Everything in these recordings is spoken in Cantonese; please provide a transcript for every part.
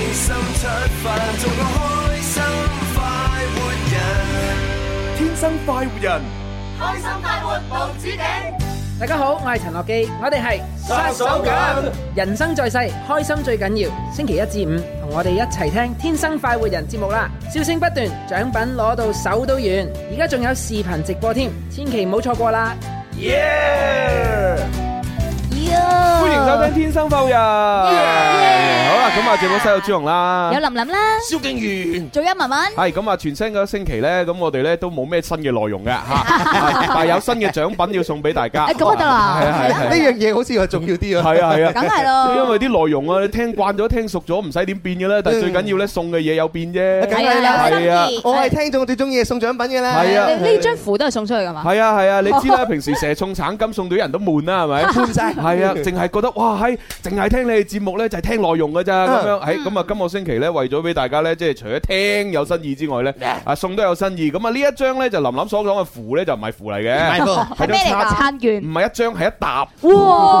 出飯，做個開心快活人。天生快活人，開心快活無止境。大家好，我係陳樂基，我哋係殺手鐧。人生在世，開心最緊要。星期一至五，同我哋一齊聽《天生快活人》節目啦，笑聲不斷，獎品攞到手都軟。而家仲有視頻直播添，千祈唔好錯過啦！ Yeah！歡迎收聽《天生快活人》。好啦，咁啊，直播室有朱紅啦，有林琳啦，蕭敬元。做音文文，係咁啊！全新嘅星期咧，咁我哋咧都冇咩新嘅內 容嘅嚇，但係有新嘅獎品要送俾大家。誒咁啊得啦係啊係啊， 呢樣嘢好似係重要啲啊！係啊係啊，梗係咯因為啲內容啊，你聽慣咗、聽熟咗，唔使點變嘅啦。但係最緊要咧，送嘅嘢有變啫。梗係啦係啊，我係聽眾最中意送獎品嘅啦。係啊呢張符都係送出去噶嘛？係啊 係啊，你知啦，平時成日送橙金送到啲人都悶啦，係咪？悶晒係啊，淨係覺得哇，係淨係聽你哋節嗯目咧，就係聽內容㗎咋咁樣。係咁啊，今個星期咧，為咗俾大家咧，即係除咗聽有新意之外咧，啊送都有新意。咁啊，呢一張咧就林琳所講嘅符咧，就唔係符嚟 嘅，係咩嚟㗎？餐券唔，係一張係一沓。咁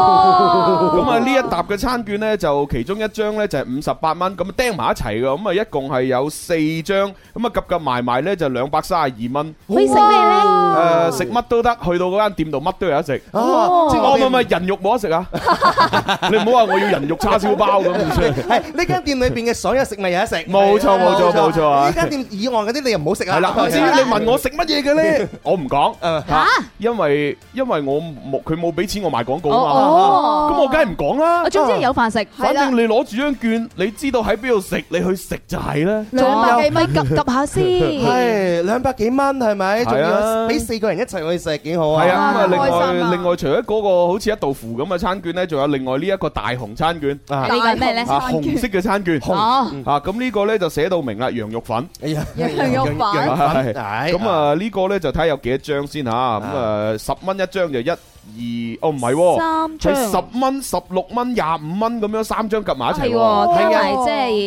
哇！啊，呢一沓嘅餐券咧，就其中一張咧就係五十八蚊，咁釘埋一齊嘅，咁啊一共係有四張，咁啊夾夾埋埋咧就兩百三十二蚊。可以食咩咧？誒食乜都得，去到嗰間店度乜都有得食。哦，即係哦，我唔係唔哋係，人肉冇得食啊！你唔好話我要人肉叉燒包咁唔算。係呢間店裏邊嘅所有食物有得食。冇錯冇錯冇錯啊呢間店以外嗰啲你又唔好食啊。係啦，至於你問我食乜嘢嘅咧，我唔講誒嚇，因為因為我冇佢冇俾錢我賣廣告啊嘛，哦，咁我梗係唔講啦我。總之有飯食，反正你攞住張券，你知道喺邊度食，你去食就係啦。兩啊百幾 蚊及及下先。係兩百幾蚊係咪？仲啊要俾四個人一齊去食，幾好啊！係啊，咁啊，哇另開心外啊另外除咗嗰個好似一道符咁嘅餐券咧，仲有另外呢一個大紅餐券啊你個咩咧？啊，紅色嘅餐券。哦，啊，咁呢個咧就寫到明啦，羊肉粉。哎呀，羊肉飯羊肉粉，哎咁啊，呢個咧就睇下有幾多張先嚇。咁啊，十蚊一張就一二，哦唔係喎，三張係十蚊、十六蚊、廿五蚊咁樣三張夾埋一齊喎。係喎，加係啊埋即係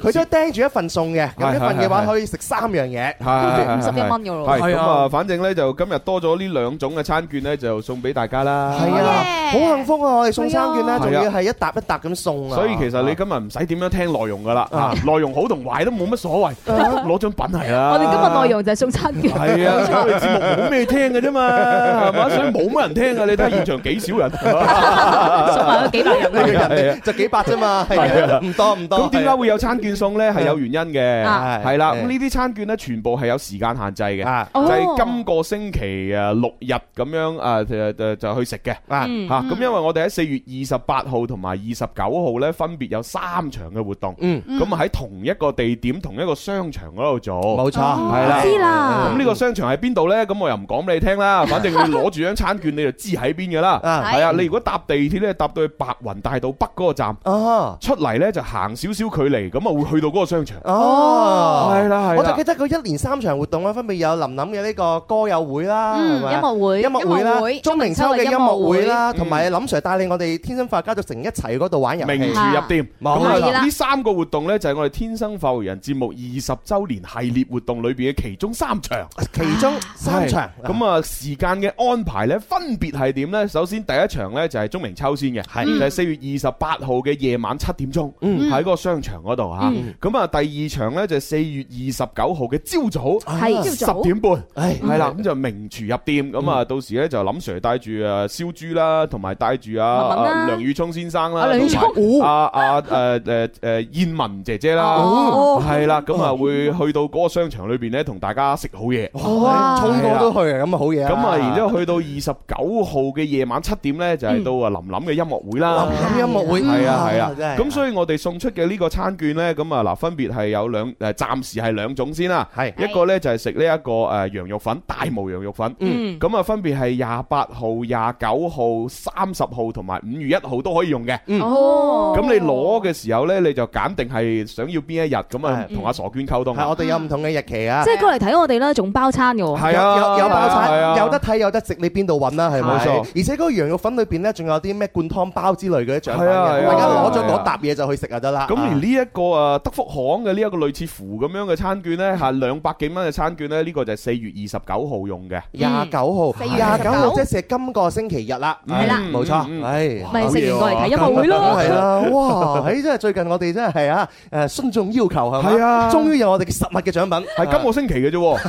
佢都釘住一份餸嘅，咁係一份嘅話係係可以食三樣嘢。係係五十一係蚊噶咯。係咁啊，反正咧就今日多咗呢兩種嘅餐券咧，就送俾大家啦。係啊，好幸福啊！我哋送餐券係啊啦，仲要係一沓一沓咁送啊。所以其實你今日唔使點樣聽內容噶啦，啊內容好同壞都冇乜所謂，攞張品係啦。我哋今日內容就係送餐券， 係啊，我哋節目冇咩聽嘅啫嘛，係嘛，所以冇乜人聽啊。你睇現場幾少人。 送埋佢幾百 人。人哋就幾百啫嘛，係啊唔多唔多。咁點解會有餐券送呢？係有原因嘅，啊係啦。咁係呢啲餐券呢，全部係有時間限制嘅，啊就係今個星期誒六日咁樣誒誒誒就去食嘅。啊？嚇咁，因為我哋喺四月二十八號同埋二十九號呢，分別有三場嘅活動，嗯咁啊喺同一個地點、同一個商場嗰度做。冇錯，嗯係啦我知啦咁。呢個商場喺邊度呢？咁我又唔講俾你聽 啦，反正你攞住張餐券你就知喺邊嘅啦。啊係啊，你如果搭地鐵呢，搭到去白雲大道北嗰個站。哦出嚟咧就行少少距離，咁啊會去到嗰個商場。哦，係啦係啦我就記得佢一連三場活動啊，分別有林琳嘅呢個歌友會啦，嗯係咪音樂會音樂會啦音樂會，鐘明秋嘅音樂會啦，嗯同埋林 Sir 帶領我哋天生發家族成一齊嗰度玩遊名戲。廚入店，冇咁錯啊啦呢三個活動呢，就係我哋天生快活人節目二十周年系列活動裏邊嘅其中三場。其中啊三場係咁啊，時間嘅安排呢，分別係點呢？首先第一場呢，就係鐘明秋先嘅，係就係四月二十八號嘅夜晚七點鐘，嗯喺嗰個商場嗰度嚇。咁啊，第二場呢，就係四月二十九號嘅朝早係朝十早點半。唉嗯系啦，咁就名廚入店，咁啊到時咧就林 Sir 帶住誒燒豬啦，同埋帶住啊文文啦啊梁宇聰先生啦，啊梁宇聰同埋啊啊誒誒誒燕文姐姐啦，哦係啦，咁啊會去到嗰個商場裏邊咧，同大家食好嘢。哇，衝過都去啊，咁啊好嘢啊。咁啊，然之後去到二十九號嘅夜晚七點咧，就嗯係到啊林琳嘅音樂會啦。林琳音樂會係啊係啊，咁以所以我哋送出嘅呢個餐券呢，咁啊嗱，分別係有兩誒，暫時係兩種先啦。係一個呢就係食呢一個誒羊肉粉，大毛羊肉粉。嗯咁啊，分別係廿八號、廿九號、三十號同埋五月一號都可以用嘅。哦咁你攞嘅時候呢，你就揀定係想要邊一日，咁啊係同阿傻娟溝通。係我哋有唔同嘅日期啊即。係過嚟睇我哋啦，仲包餐嘅喎。係啊，有有有包係啊餐，有得睇有得食，你邊度揾啦？係咪冇錯而且嗰個羊肉粉裏邊咧，仲有啲咩灌湯包之類嘅獎品係啊係嘅，啊大家攞咗係啊嗰沓嘢就去食就得啦。咁而啊呢一個啊啊德福行嘅呢一個類似符咁樣嘅餐券呢，嚇兩百幾蚊嘅餐券呢，呢個就係四月二十九號用嘅。廿九號，四月廿九號29即係今個星期日啦，係啦冇嗯錯，嗯唉。咪食完過嚟睇音樂會梗係咯。啦，哇！喺真係最近我哋真係啊，誒信眾要求係咪？係啊終於有我哋嘅實物嘅獎品，係今個星期嘅啫喎，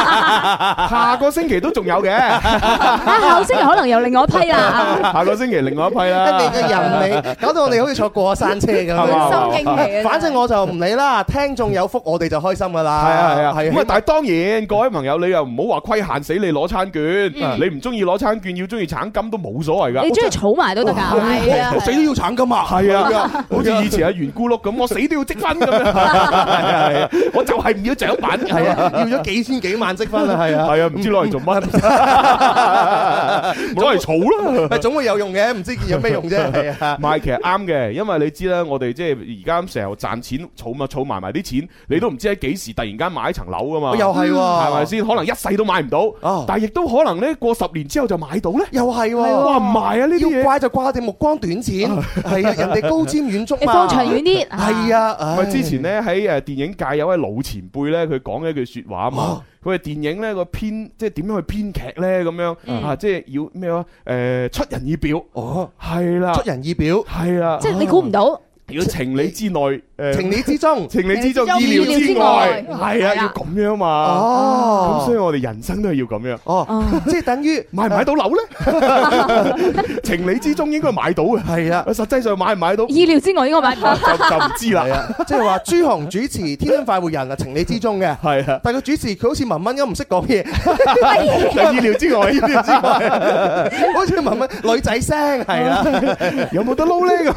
下個星期都仲有嘅，啊，後星期可能又另外一 批啦。啊下個星期另外一批啊一啦。定嘅人嚟，搞到我哋好似坐過山車咁係嘛樣。心驚奇啊！反正我就唔理啦，聽眾有福我哋就開心噶係啦。啊係啊，咁係啊！但係當然，各位朋友，你又唔好話規限死你攞餐券，你唔中意攞餐券，要中意橙金都冇所謂㗎。你中意儲埋都得㗎。係啊，我死都要橙金啊！係啊，好似以前阿圓咕碌咁，我死都要積分咁樣，係啊，我就係唔要獎品，係啊，要咗幾千幾萬積分啊，係啊。係啊，唔知攞嚟做乜，攞嚟儲啦。咪總會有用嘅，唔知有咩用啫， 係啊唔。係，其實啱嘅，因為你知啦，我哋即係而家咁成日賺錢，儲嘛儲埋埋啲錢，你都唔知喺幾時突然間買一層樓噶嘛，哦又係喎，係咪？先？可能一世都買唔到哦，但係亦都可能咧過十年之後就買到咧。又係哇，喎。唔賣啊呢啲要嘢，怪就怪我哋目光短 淺，係啊，人哋高瞻遠矚嘛。啊你放長遠啲。係啊，啊，唉咪之前咧喺誒電影界有位老前輩咧，佢講一句説話啊嘛哦，佢話電影咧個編即係點樣去編劇咧咁嗯樣啊，即係要咩話誒出人意表，哦，係啦出，人意表，係啦啊即，係你估唔到。要情理之內誒。情理之中。情理之中，情理意之中料之外，外係啊，係啊要咁樣嘛。咁所以哦，我哋人生都係要咁樣，哦，哦，即係等於買唔買到樓咧？情理之中應該買到嘅，係啊。實際上買唔買到就意料之外應該買唔到。就唔知係啦。啊，即係話朱紅主持《天生快活人》啊，情理之中嘅。係啊，但係佢主持佢好似文文咁唔識 講嘢，就啊意料之外，意料之外，好似文文女仔聲係啦，有冇得撈咧？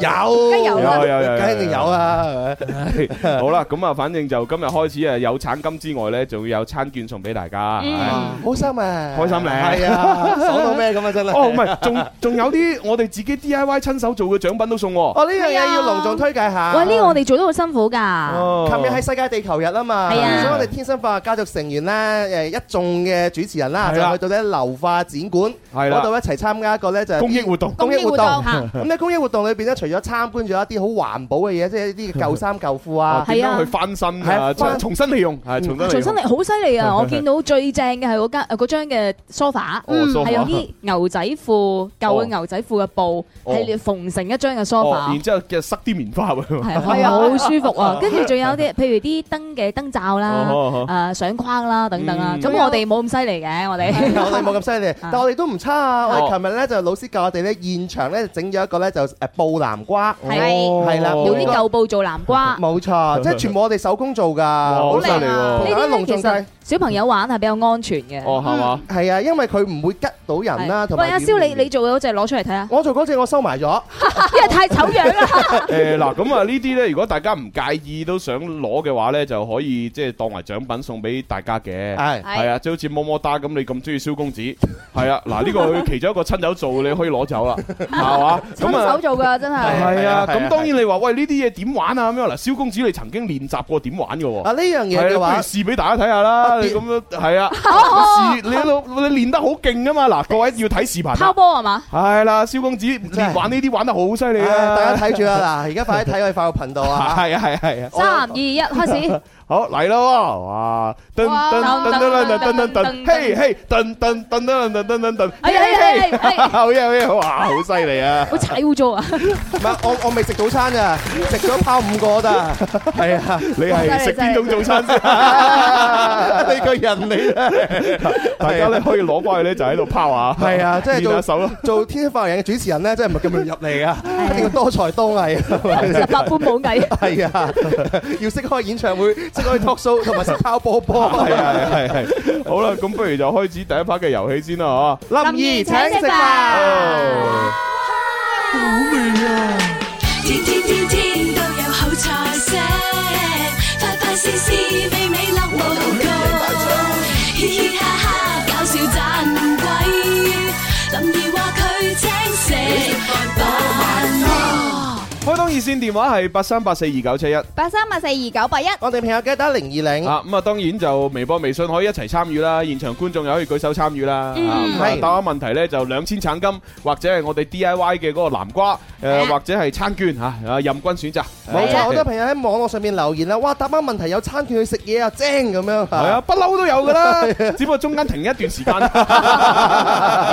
咁有梗有啦 有有有有梗係有啦，係咪好啦，咁啊，反正就今日開始啊，有橙金之外咧，仲要有餐券送俾大家。係嗯，好心啊，開心咧係啊，爽到咩咁啊真 係。哦，唔係，仲仲有啲我哋自己 D I Y 親手做嘅獎品都送喎。哦呢樣嘢要隆重推介哎下。喂，呢個我哋做得好辛苦㗎。啊哦琴日係世界地球日啊嘛，係啊所以我哋天生化學家族成員咧，誒一眾嘅主持人啦，係啦就去到咧流化展館係啦嗰度一齊參加一個咧就係公益活動。公益公活益活動動。咁咧公益活動裏邊咧，除咗參觀咗一啲好環保嘅嘢，即係一啲嘅舊衫舊褲啊啊，點樣係啊去翻身係啊？啊重翻重新利用，係重新利用。重新嚟好犀利 啊！我見到最正嘅係嗰間呃嗰張嘅 sofa，嗯哦梳化係用啲牛仔褲舊嘅牛仔褲嘅布，哦係縫成一張嘅哦， sofa 然。之後嘅塞啲棉花喎。係 啊，好舒服啊！跟住仲有啲，譬如啲燈嘅燈罩啦，哦誒相框啦等等啦。嗯咁我哋冇咁犀利嘅，我哋 我哋冇咁犀利，但我哋都唔差啊！我哦哋琴日咧就老師教我哋咧現場咧整咗一個咧就誒布南瓜，哦係係啦，用每啲個啊舊布做南瓜。呢冇錯，即係全部我哋手工做㗎，嗯哇好好犀靚啊利喎！大家啲咧隆其重計實小朋友玩係比較安全嘅。哦，係嘛？係啊，因為佢唔會吉到人啦，係同喂，埋阿蕭，你你做啊嘅嗰隻攞出嚟 睇下，我做嗰只我收埋咗，因為太醜樣啦。誒嗱，咁啊呢啲咧，如果大家唔介意都想攞嘅話咧，就可以即係當為獎品送俾大家嘅。係係啊，即係好似麼么哒咁，你咁中意蕭公子， 係啊，嗱呢個佢其中一個親手做，你可以攞走啦，係嘛？咁親啊手。做㗎，真係。係啊，咁當係然你話喂呢啲嘢點玩啊咁樣嗱，蕭公子你曾經練習過點玩嘅喎，啊呢樣係嘢嘅啊，不如話，試俾大家睇下啦，啊你別咁樣係啊，試你老你練得好勁啊嘛，嗱各位要睇視頻啊啦拋波係嘛？係啦，蕭公子連玩呢啲玩得好犀利唉啊！大家睇住啦，嗱，而家快啲睇我哋快活頻道 啊！係啊係啊係啊，三二一，開始。好嚟啦喎！哇，噔噔噔噔噔噔噔噔，嘿嘿，噔噔噔噔噔噔噔噔，哎呀哎呀嘿嘿，哎呀！ 好嘢好嘢，哇，好犀利啊！好踩污糟啊！唔係我我未食早餐咋，食咗拋五 個咋，係啊，你係食邊種早餐先？ 你個人你大家咧可以攞翻去咧就喺度拋下，係啊，即係練下做手咯。做天生快活人嘅主持人咧，真係唔係咁容易入嚟 啊，一定要多才多藝啊！十八般武藝。係啊，要識開演唱會，識開 talk show，同埋識拋波波。係啊係係係，好啦，咁不如就開始第一 part 嘅遊戲先啦，嗬。林怡請食飯。啊天天天天都有好菜色，快快試試美美樂無窮，嘻嘻哈哈搞笑盞鬼，林兒話佢請食飯咯。開檔二熱線電話係八三八四二九七一。八三八四二九 八一，我哋朋友記得打零二零。啊，咁啊，當然就微博、微信可以一齊參與啦，現場觀眾又可以舉手參與啦。嗯啊咁啊係答啱問題咧就兩千橙金，或者係我哋 D I Y 嘅嗰個南瓜，啊誒或者係餐券嚇，啊任君選擇。冇係啊錯，好多朋友喺網絡上面留言啦，哇！答啱問題有餐券去食嘢啊，正咁樣係啊，不嬲都有噶啦，啊只不過中間停一段時間。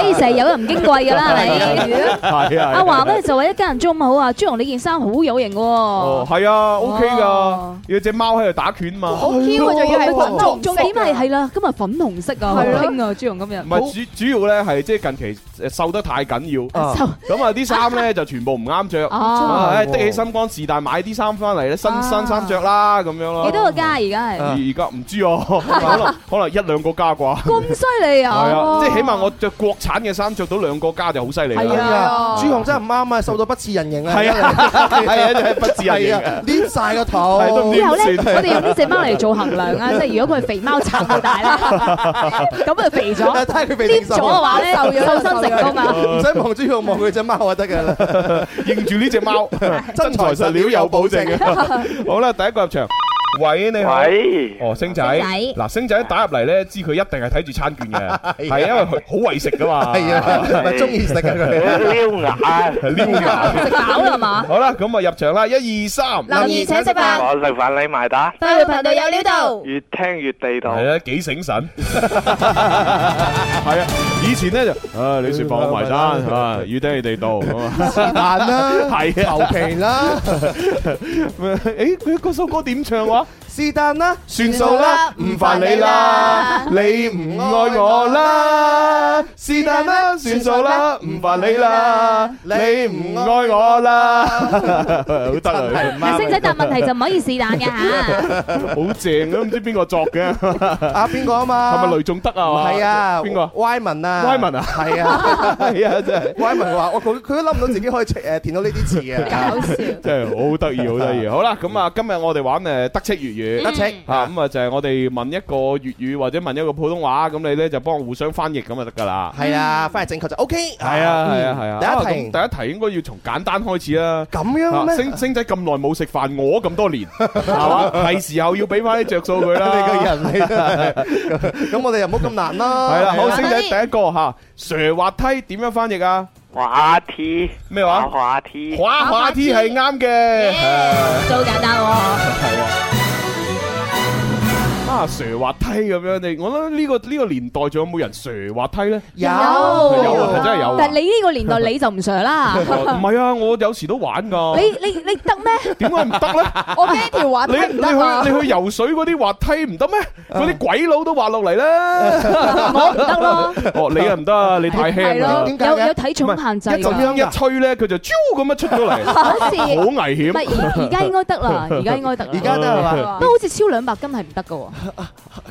你成日有人唔矜貴㗎啦，你。係啊，阿華咧就話一家人租咁好啊，朱紅呢件衫好有型哦，喎。係啊，OK 噶哦，有隻貓喺度打拳嘛。好 Q 啊，仲要係粉紅重重色重點係係啦，今日粉紅色啊，好興啊，朱紅今日唔。係主主要咧係即係近期誒瘦得太緊要，啊咁啊啲衫咧就全部唔啱着。哦，啊！唉喎的起心肝，是但買啲衫翻嚟咧，新啊新衫着啦，咁樣咯。幾多個加而家係？而而家唔知啊， 可能可能一兩個加啩。 咁犀利係啊！啊，即係起碼我着國產嘅衫着到兩個加就好犀利係啦。啊，朱紅真係唔啱啊，瘦到不似人形啊，係啊，係啊，真係不自人係形啊嘅，攣晒個頭，係都唔以後咧，點算我哋用呢只貓嚟做衡量啊，即係如果佢係肥貓撐 到大啦，咁就肥咗；睇下佢肥攣定咗嘅啊話咧，瘦咗瘦身成功啊！唔使望朱紅，望佢只貓就得㗎啦。認住呢只貓， 真材材實實料料有有保保證證嘅。好啦，第一個入場，喂你好，喂，哦星仔，星仔嗱星仔打入嚟咧，知佢一定係睇住餐券 嘅，係因為佢好為食噶嘛，啊係啊，咪中意食啊佢。撩牙， 係撩牙。食飽啦嘛，好啦，咁啊入場啦，一二三，林怡請食飯，我食飯你埋打，快活頻道有料到，越聽越地道。係啊，幾醒神，係啊，以前咧就，啊你説放我埋單，啊越聽越地道，是但啦， 係啊，求其啦， 誒佢嗰首歌點唱話？是但啦，算數啦，唔煩你啦，你唔愛我啦，是但啦，算數啦，唔煩你啦，你唔愛我 啦，好得啊，嗱星仔答問題就唔可以是但嘅嚇。好正啊，唔知邊個作嘅，係啊邊個啊嘛？咪雷仲德唔啊？係啊，邊個啊？歪文啊，歪文啊 係啊。係啊，真係。歪文話：我佢佢都諗唔到自己可以誒填到呢啲字嘅，搞笑，真係好得意，好得意。好啦，咁啊，今日我哋玩誒德式粵語得。戚啊，咁啊就係我哋問一個粵語或者問一個普通話，咁你咧就幫我互相翻譯咁就得㗎啦。係啊，翻嚟正確就 OK。Ừ. 係啊，係啊，係啊。啊。第一咁題第一題應該要從簡單開始啦。咁樣啊咩？ 星星仔咁耐冇食飯，我咁多年，係嘛？係時候要俾翻啲着數佢啦。你個人 嚟，咁我哋又唔好咁難啦。係啦，好係啊星仔第一個吓，蛇滑梯點樣翻譯啊？滑梯，咩話？滑梯，滑滑梯係啱嘅。做簡單喎。啊，蛇滑梯咁樣你，我諗呢個呢個年代仲有冇人蛇滑梯咧？有有 à, 啊，真係有但啊係。你呢個年代你就唔傻 啦，唔係啊，我有時都玩噶。 你你你得咩？點解唔得咧？ 我孭條滑梯你唔你得 à. 啊去，你去游水嗰啲滑梯唔得咩？嗰啲鬼佬都滑落嚟啦。哦 我唔得咯， 哦，你啊唔得啊，你太輕係啦咯，點解嘅有有體重限制一陣㗎。一吹咧，佢就啾咁樣出咗 嚟，好好似唔危險。係而而家應該得啦，而家應該得啦。而家都係嘛？不過好似超兩百斤係唔得㗎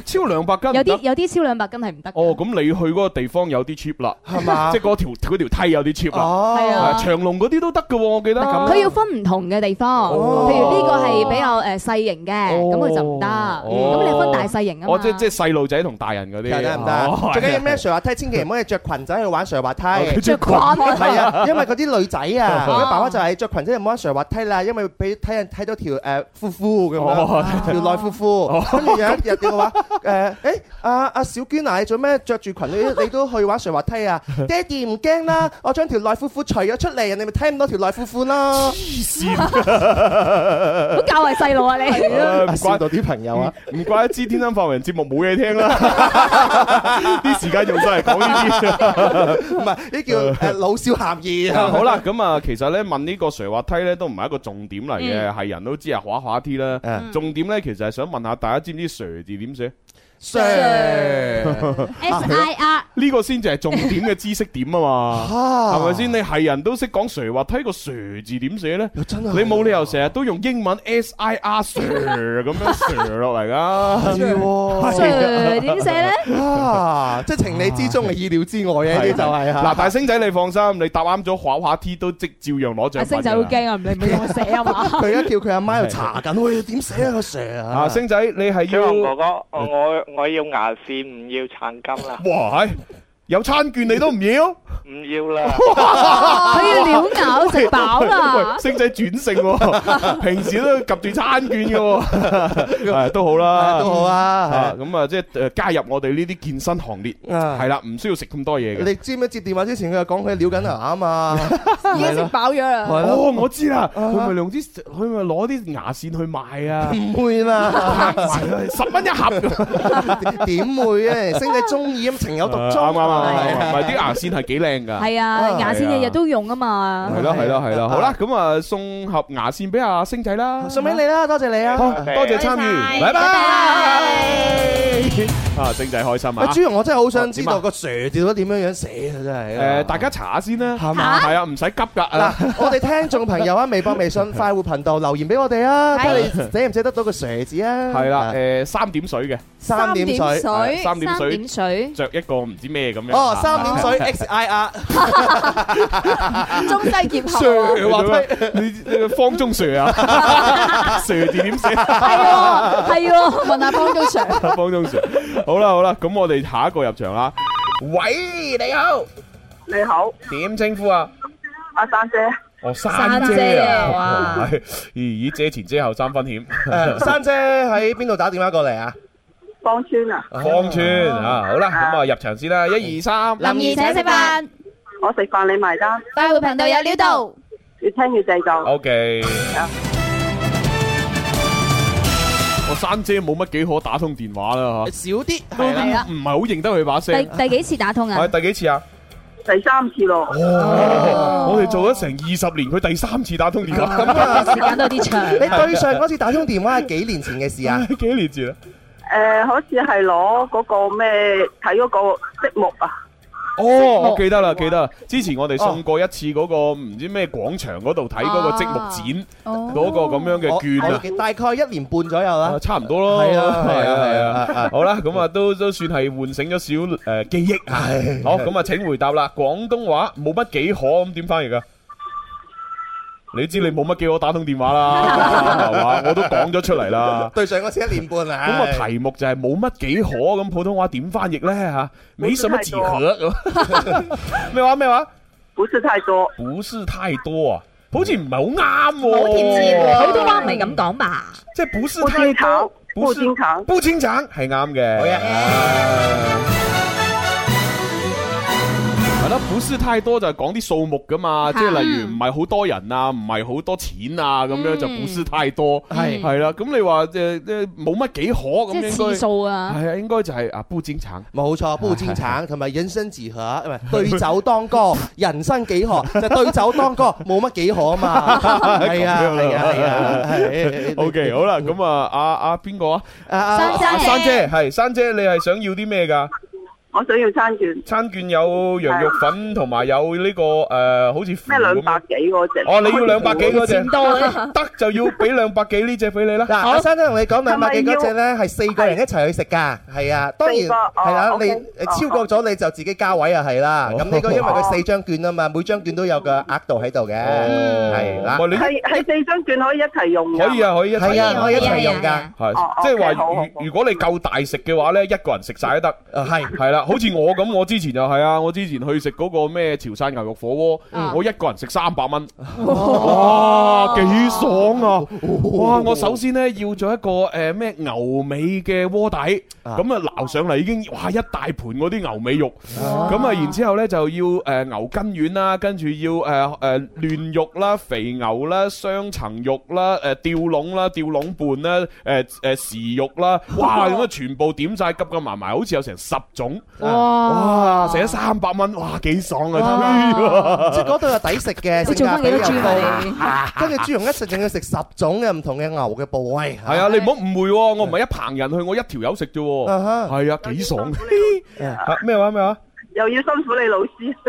超兩百斤喎，唔有啲得。有啲超兩百斤係唔得㗎。哦，咁你去嗰個地方有啲 cheap 啦，係嘛即係？嗰條嗰條梯有啲 cheap 啦。哦，係啊係長龍嗰啲都得嘅喎，我記得。佢要分唔同嘅地方，哦譬如呢個係比較誒細型嘅，咁佢就唔得。哦咁你分大細型啊嘛。哦，即即係細路仔同大人嗰啲。得得唔哦得？最緊要咩？上滑梯千祈唔可以着裙仔去玩上滑 梯。着 裙係 啊，因為嗰啲女仔啊，佢爸爸就係着裙仔就唔好玩上滑梯啦，因為俾睇人睇到條誒褲褲咁哦樣，條內褲 褲。跟住有一日嘅話，誒誒阿阿小娟啊，你做咩着住裙你你都去玩上滑梯 啊？爹哋唔驚啦，我將條內褲褲除咗出嚟，人哋咪睇唔到條內褲 褲啦。好教壞細路啊你。唉唔怪到啲朋友啊！唔怪得知天生發人節目冇嘢聽啦， 啲時間用晒嚟講呢啲。唔係 呢叫誒老少咸宜 啊！好啦，咁啊，其實咧問呢個垂滑梯咧都唔係一個重點嚟嘅，係人都知啊，滑滑梯 啦。嗯重點咧其實係想問下大家知唔知垂字點寫？ Sir S I R 呢個先至係重點嘅知識點啊嘛。啊，係咪先？你係人都識講 Sir 滑梯個 Sir 字點寫咧？ 真你係冇理由成日都用英文 S I R Sir 咁樣 Sir 落 嚟噶。啊係喎 Sir 點寫 咧？啊，即係情理之中嘅意料之外啊嘅呢啲就係啊嚇。嗱，大星仔你放心，你答啱咗滑滑梯都即照樣攞獎品阿㗎星仔好驚啊，唔理 唔理我寫啊嘛。佢而家叫佢阿媽喺度查緊，喂點寫啊個 Sir 啊，啊？星仔你係小要紅哥哥，Ừ. à? 我我要牙線，唔要橙金啦。哇，係有餐券你都唔要？唔要啦， 佢要撩咬食飽啦。星仔轉性 喎，平時都夾住餐券嘅喎，係都好啦， 都好啊啊。咁啊，即係誒加入我哋呢啲健身行列，啊係啦，唔需要食咁多嘢嘅。你知唔知接電話之前佢就講佢撩緊牙啊嘛？已經食飽咗啦。係哦咯，，啊我知啦，佢咪用啲，佢咪攞啲牙線去賣啊，唔會啦， 十蚊一盒。點會啊？星仔中意咁情有獨鍾，啊啱啱啊啱係啱，唔係啲牙線係幾靚㗎。係啊，啊，牙線日日都用啊嘛。係啦係啦係啦，啊好啦，咁啊送盒牙線俾阿星仔啦，送俾你啦，多謝你啊！好多謝參與，拜拜。 啊，星仔開心喂，啊！朱容，我真係好想知點道啊個蛇字到底點樣樣寫啊！真係誒，大家查下先啦，係嘛係啊，唔使急㗎。嗱，我哋聽眾朋友啊，微博、微信、快活頻道留言俾我哋啊，睇你寫唔寫得到個蛇字啊？係啦，啊，誒三點水嘅，三點水，係三點水三點水。着一個唔知咩咁樣。哦，三點水 X I R，中西結合啊。 Sir 話睇你你個方中 Sir 啊，Sir 字點寫？ 係喎，係喎，問下方中Sir。方中 Sir。好啦好啦，咁我哋下一個入場啦。喂，你好，你好，點稱呼啊？阿珊姐，哦，山姐姐啊啊，哇哇！咦，遮前遮後三分險， 誒三姐喺邊度打電話過嚟啊？芳村啊，芳村啊，好啦，咁啊入場先啦，一二三， 我食飯你埋單，越聽越地道。 OK。我哦山姐冇乜幾可打通電話啦嚇，少啲，都係啦啦唔係好認得佢把聲。第-第幾次打通啊？係第幾次啊？第三次咯，哦，我哋做咗成二十年，佢第三次打通電哦話，時間都有啲長。你對上嗰次打通電話係幾年前嘅事啊？ 幾年前啊？誒，好似係攞嗰個咩睇嗰個積木啊，哦，我記得啦，記得啦。之前我哋送過一次嗰個唔知咩廣場嗰度睇嗰個積木展嗰個咁樣哦我嘅券啊。我大概一年半左右啊啦。差唔多咯，係啊係啊係啊啊啊好啦，咁啊都都算係喚醒咗少誒 記憶係好，咁啊請回答啦，廣東話冇乜幾可咁點翻譯噶？你知你冇乜幾可打通電話 啦，係嘛？我都講咗出嚟啦。對上嗰次一年半啊。咁啊題目就係冇乜幾可咁普通話點翻譯咧吓？沒什麼幾可咁。 咩話咩話？本身太多，不是太多啊，好似唔係好啱喎。即係不是不太清多炒，，不不是清炒，不清橙係啱嘅。好嘢。係啦，本書太多就係講啲數目噶嘛，即係例如唔係好多人啊，唔係好多錢啊，咁嗯樣就本書太多。係係啦，咁你話誒誒冇乜幾可咁應該即係次數啊。係啊，應該就係啊不精橙。冇錯，不戰橙同埋人生自可，唔係對酒當 歌，人生幾何就對酒當歌，冇乜幾可啊 嘛。哎係啊，係啊，係 啊。係 O K，好啦，咁啊，阿阿邊個啊？啊啊山阿姐珊姐係珊姐，你係想要啲咩㗎？我想要餐券，餐券有羊肉粉同埋有呢個誒，好似腐咩兩咁百樣。幾嗰只？哦，你要兩百幾嗰只，得就要俾兩百幾呢只俾你啦。 嗱，阿生都同你講兩百幾係咪要嗰只咧，係四個人一齊去食㗎，係啊，當然四個哦係啦， OK，你哦超過咗你就自己加位啊，係啦。哦咁呢個因 為佢四張券啊嘛，每張券都有個額度喺度嘅，係啦喂，，你係係四張券可以一齊用㗎可以啊，可以一齊係啊，可以一齊用㗎，係哦，即係 OK，好好話好如如果你夠大食嘅話呢，一個人食晒都得。啊係。係啦，好似我咁，我之前就係啊，我之前去食嗰個咩潮汕牛肉火鍋，我一個人食三百蚊，哇，幾爽啊！哇，我首先呢，要咗一個誒咩牛尾嘅鍋底，啊咁啊撈上嚟已經哇一大盤嗰啲牛尾肉，咁啊然之後呢就要誒牛筋丸啦，跟住要誒誒嫩肉啦、肥牛啦、雙層肉啦、誒吊籠啦、吊籠伴啦、誒誒豉肉啦，哇咁啊全部點晒急急埋埋，好似有成十種，哇成咗三百蚊，哇幾爽啊！即係嗰度又抵食嘅，性價比又高。跟住豬肉一食仲要食十種嘅唔同嘅牛嘅部位。 係啊，你唔好誤會喎，我唔係一棚人去，我一條友食啫喎，啊哈係啊，幾爽！ 啊啊咩話咩話？又要辛苦你老師，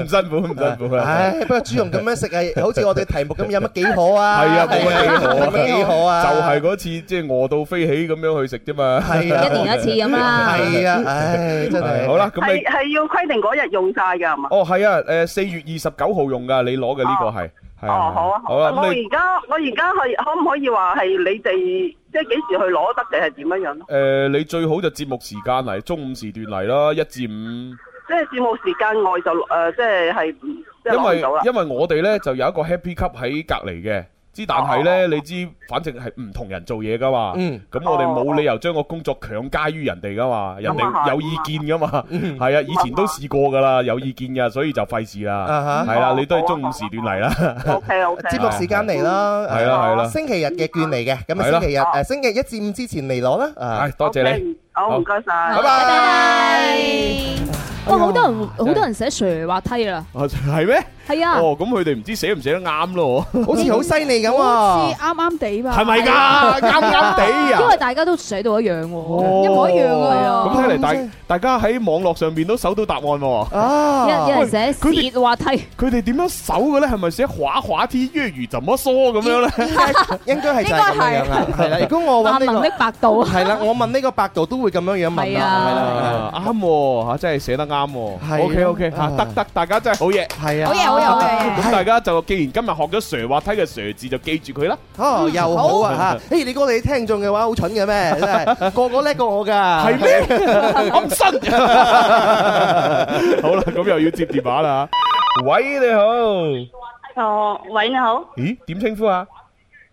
唔辛苦唔辛苦啊！唉，不過豬肉咁樣食係好似我哋題目咁，有乜幾可啊？係啊，冇有乜乜幾幾可可啊？啊！就係嗰次即係餓到飛起咁樣去食啫嘛。 係 啊，一年一次咁啦。係啊，唉，真係係好，啦，咁係你係要規定嗰日用晒㗎係嘛？哦係啊，誒四月二十九號用噶，你攞嘅呢個係係啊哦，好啊，好好啦，啊。我咁你而家我而家係可唔可以話係你哋即係幾時去攞得定係點樣樣咯？誒你最好就節目時間嚟，中午時段嚟啦，一至五即係節目時間外就誒，即係係唔即係因落唔為到啦。因為我哋咧就有一個 happy cup 喺隔離嘅。之但係咧，你知反正係唔同人做嘢噶嘛，嗯咁我哋冇理由將個工作強加於人哋噶嘛，人咁啊哋係有意見噶嘛，係啊，以前都試過噶啦，有意見噶，所以就費事啦啊，哈係啦，你都係中午時段嚟啦，節目時間嚟啦，係啦係啦星期日嘅券嚟嘅，咁係啊啦星期日誒星期一至五之前嚟攞啦，啊係多謝你，好唔該晒，拜哇，好多人好多人寫斜滑梯啦，啊係咩？係啊哦，咁佢哋唔知寫唔寫得啱咯，好似好犀利咁好似啱啱地嘛，係咪㗎啱啱 地啊因為大家都寫到一樣喎，一模一樣喎，係啊咁睇嚟大大家喺網絡上邊都搜到答案喎。一有人寫佢哋斜滑梯，佢哋點樣搜嘅咧？係咪寫滑滑梯粵語怎麼梳咁樣咧？ 應該係就係咁樣樣啦，係啦。如果我揾呢個百度，係啦，我問呢個百度都會咁樣樣問係啦，係啦。啊，啱喎嚇，真係寫得啱喎。OK OK 嚇，得得，大家真係好嘢。係啊好嘢好嘢好嘢咁大家就既然今日學咗蛇滑梯嘅蛇字，就記住佢啦。哦，又好啊嚇！誒，你講你啲聽眾嘅話好蠢嘅咩？真係個個叻過我㗎，係咩？我唔信。好啦，咁又要接電話啦嚇。喂，你好。哦，喂，你好，咦？點稱呼啊？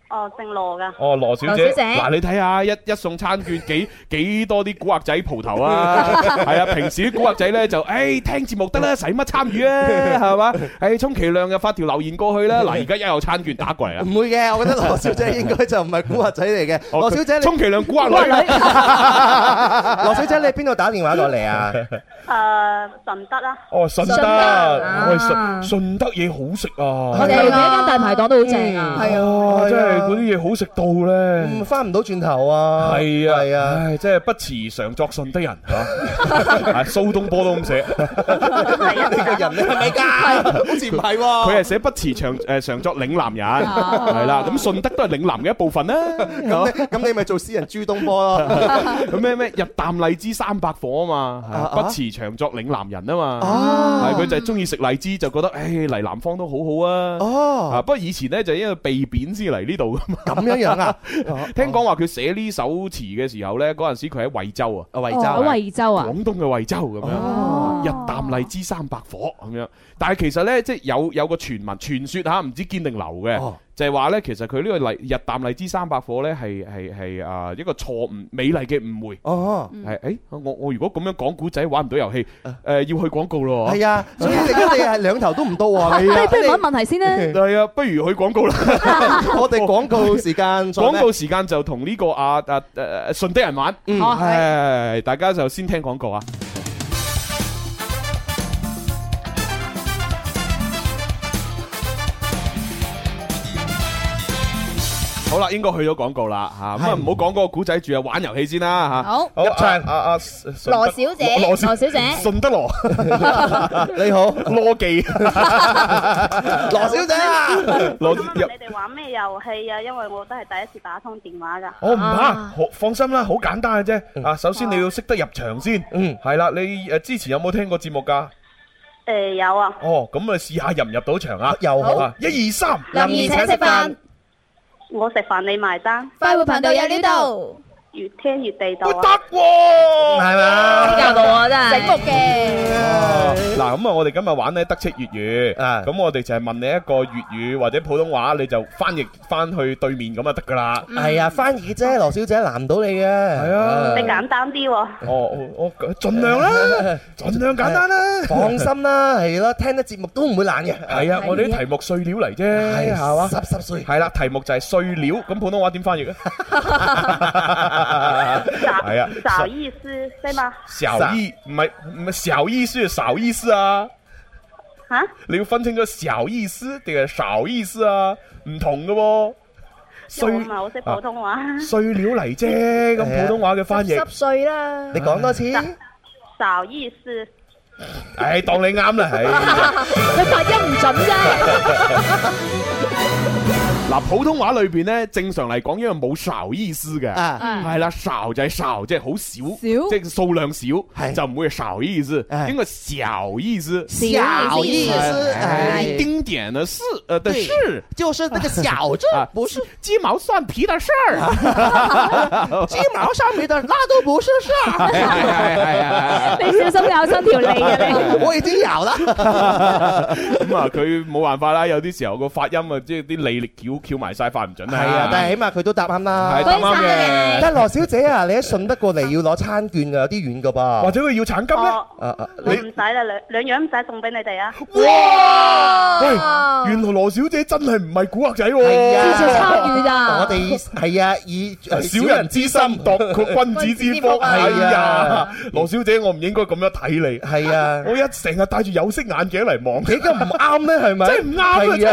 哦，姓羅噶。哦，羅小羅姐，小姐嗱你睇下一一送餐券幾幾多啲古惑仔蒲頭 啊，係啊，平時啲古惑仔咧就，誒聽節目得啦，使乜參與啊，係嘛？誒充其量就發條留言過去啦，嗱而家一有餐券打過嚟啦，唔會嘅，我覺得羅小姐應該就唔係古惑仔嚟嘅。哦羅小姐，你充其量古惑女， 羅小姐，你邊度打電話過 嚟啊？誒，呃順德啊啦。哦順順德，德喂啊順順德嘢好食啊，我哋每一間大排檔都好正 Ừ. 啊，係啊，真係嗰啲嘢好食到咧，翻唔到轉頭啊！係啊係 啊，唉真係不辭常作順德人 嚇，啊蘇東坡都咁寫。呢個人你係咪㗎？好似唔係喎。佢係寫不辭長誒常作嶺南人，哦係啦，咁順德都係嶺南嘅一部分啦。 咁你咁你咪做詩人朱東 坡咯。咁咩咩日啖荔枝三百火啊嘛，啊不辭長作嶺南人啊嘛哦，係佢就係中意食荔枝，就覺得誒嚟南方都好好啊。哦啊不過以前咧就因為被貶先嚟呢度噶嘛。咁樣樣啊？聽講話佢寫呢首詞嘅時候咧，嗰陣時佢喺惠州啊，惠州哦喺惠州啊廣東嘅惠州咁哦樣，日啖荔枝三百火咁樣。但係其實咧，即係有有個傳聞傳說嚇，唔知堅定流嘅。就係話咧，其實佢呢個荔日啖荔枝三百火咧，係係係啊一個錯誤美麗嘅誤會。哦，係誒，我我如果咁樣講古仔玩唔到遊戲，誒要去廣告咯。係啊，所以你而家你係兩頭都唔到 啊！你係啊啊不如問一問題先咧，係啊，不如去廣告啦。 我哋廣告時間再咩廣告時間就同呢個啊啊誒順德人玩。嗯好係大家就先聽廣告啊。好啦，應該去咗廣告啦嚇，咁啊唔好講嗰個古仔住啊，玩遊戲先啦嚇。好入場啊啊， 羅羅小姐羅羅小姐順德羅，你好，羅 記，羅小 姐啊，羅你哋玩咩遊戲啊？因為我都係第一次打通電話㗎。我唔怕，好放心啦，好簡單嘅啫。啊，首先你要識得入場先，嗯，係啦。你誒之前有冇聽過節目㗎？誒，有啊。哦，咁啊試下入唔入到場啊？ 又好啊，一二三，林兒請食飯，我食飯你埋單。快活頻道有料到，越聽越地道啊！得喎，係嘛教到我真係醒目嗱，咁啊，我哋今日玩咧德式粵語，啊，咁我哋就係問你一個粵語或者普通話，你就翻譯翻去對面咁就得㗎啦。係啊，翻譯啫，羅小姐難唔到你嘅。係嗯啊你簡單啲喎。哦，我我盡量啦，盡量簡單啦， 放心啦，係咯，聽得節目都唔會懶 嘅。係啊，我哋啲題目碎料嚟啫，係嘛？濕濕碎。啊係啦，題目就係碎料，咁普通話點翻 譯啊？係啊，找意思對嗎？小意唔係唔係小意思，少意思啊！啊？你要分清楚小意思定係少意思啊？唔同嘅喎，因為我唔係好識普通話。碎料嚟啫， 咁普通話嘅翻譯，碎啦你講多次找意思。唉，當你啱啦，唉。你發音唔準啫。 嗱，普通話裏邊咧，正常嚟講，因為冇少意思嘅，啊嗯係啦，少就係少，即係好少，即係數量少，就唔會係少意思，哎應該小意思，小意思哎哎一丁點的事，呃的對事，就是那個小字啊 不是雞毛蒜皮的事 儿，雞毛上面的那都不是事 係係係係係係係兒。你小心咬親條脷啊 你我已經咬啦。哎咁啊，佢冇辦法啦，有啲時候個發音啊，即係啲脷力翹翹埋晒，發唔準啊。 係啊，但係起碼佢都答啱啦。係答啱嘅但係羅小姐啊，你一信得過嚟要攞餐券㗎，有啲遠㗎噃。或者佢要橙金咧？啊啊，我哦唔使啦，兩兩樣唔使送俾你哋啊！喂，原來羅小姐真係唔係古惑仔喎，係啊 咋我哋係啊，以呃小人之心度君子之腹，係啊！羅小姐，我唔應該咁樣睇你，係啊！我一成日戴住有色眼鏡嚟望，你咁唔啱咧，係咪？真係唔啱 à. 啊！ 真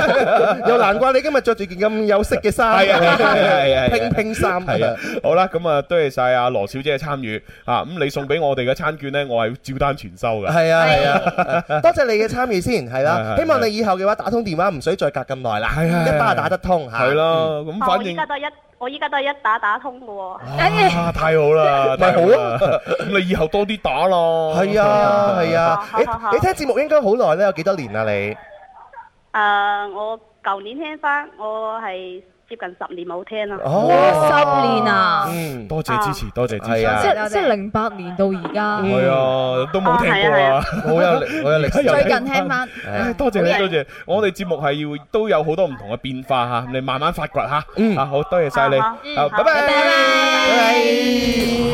係又難怪你今日着住件咁有色嘅衫，係啊係啊係啊係啊拼拼衫係啊，好啦，咁啊，多謝晒阿羅小姐嘅參與啊！咁你送俾我哋嘅餐券呢，我係照單全收㗎。係啊係 啊，多謝你嘅參與先，係啦係。係希望你以後嘅話打通電話唔使再隔咁耐啦，一打就打得通嚇。係啦，咁啊我反依正家。都係一，我依家都係一打打通嘅喎。啊，太好啦，咪好咯啦！咁你以後多啲打咯。係啊係啊，好好好你你聽節目應該好耐咧，有幾多年啊你？誒，呃我舊年聽翻，我係接近十年冇聽啦。哦哇十年啊嗯，多謝支持，多謝支持。係啊即係即係零八年到而家，係啊，都冇聽過啊係啊啊，好有好有歷 史最近聽翻唉多謝你，多謝。我哋節目係要都有好多唔同嘅變化嚇，你慢慢發掘嚇。啊，好多謝晒你，啊，拜拜。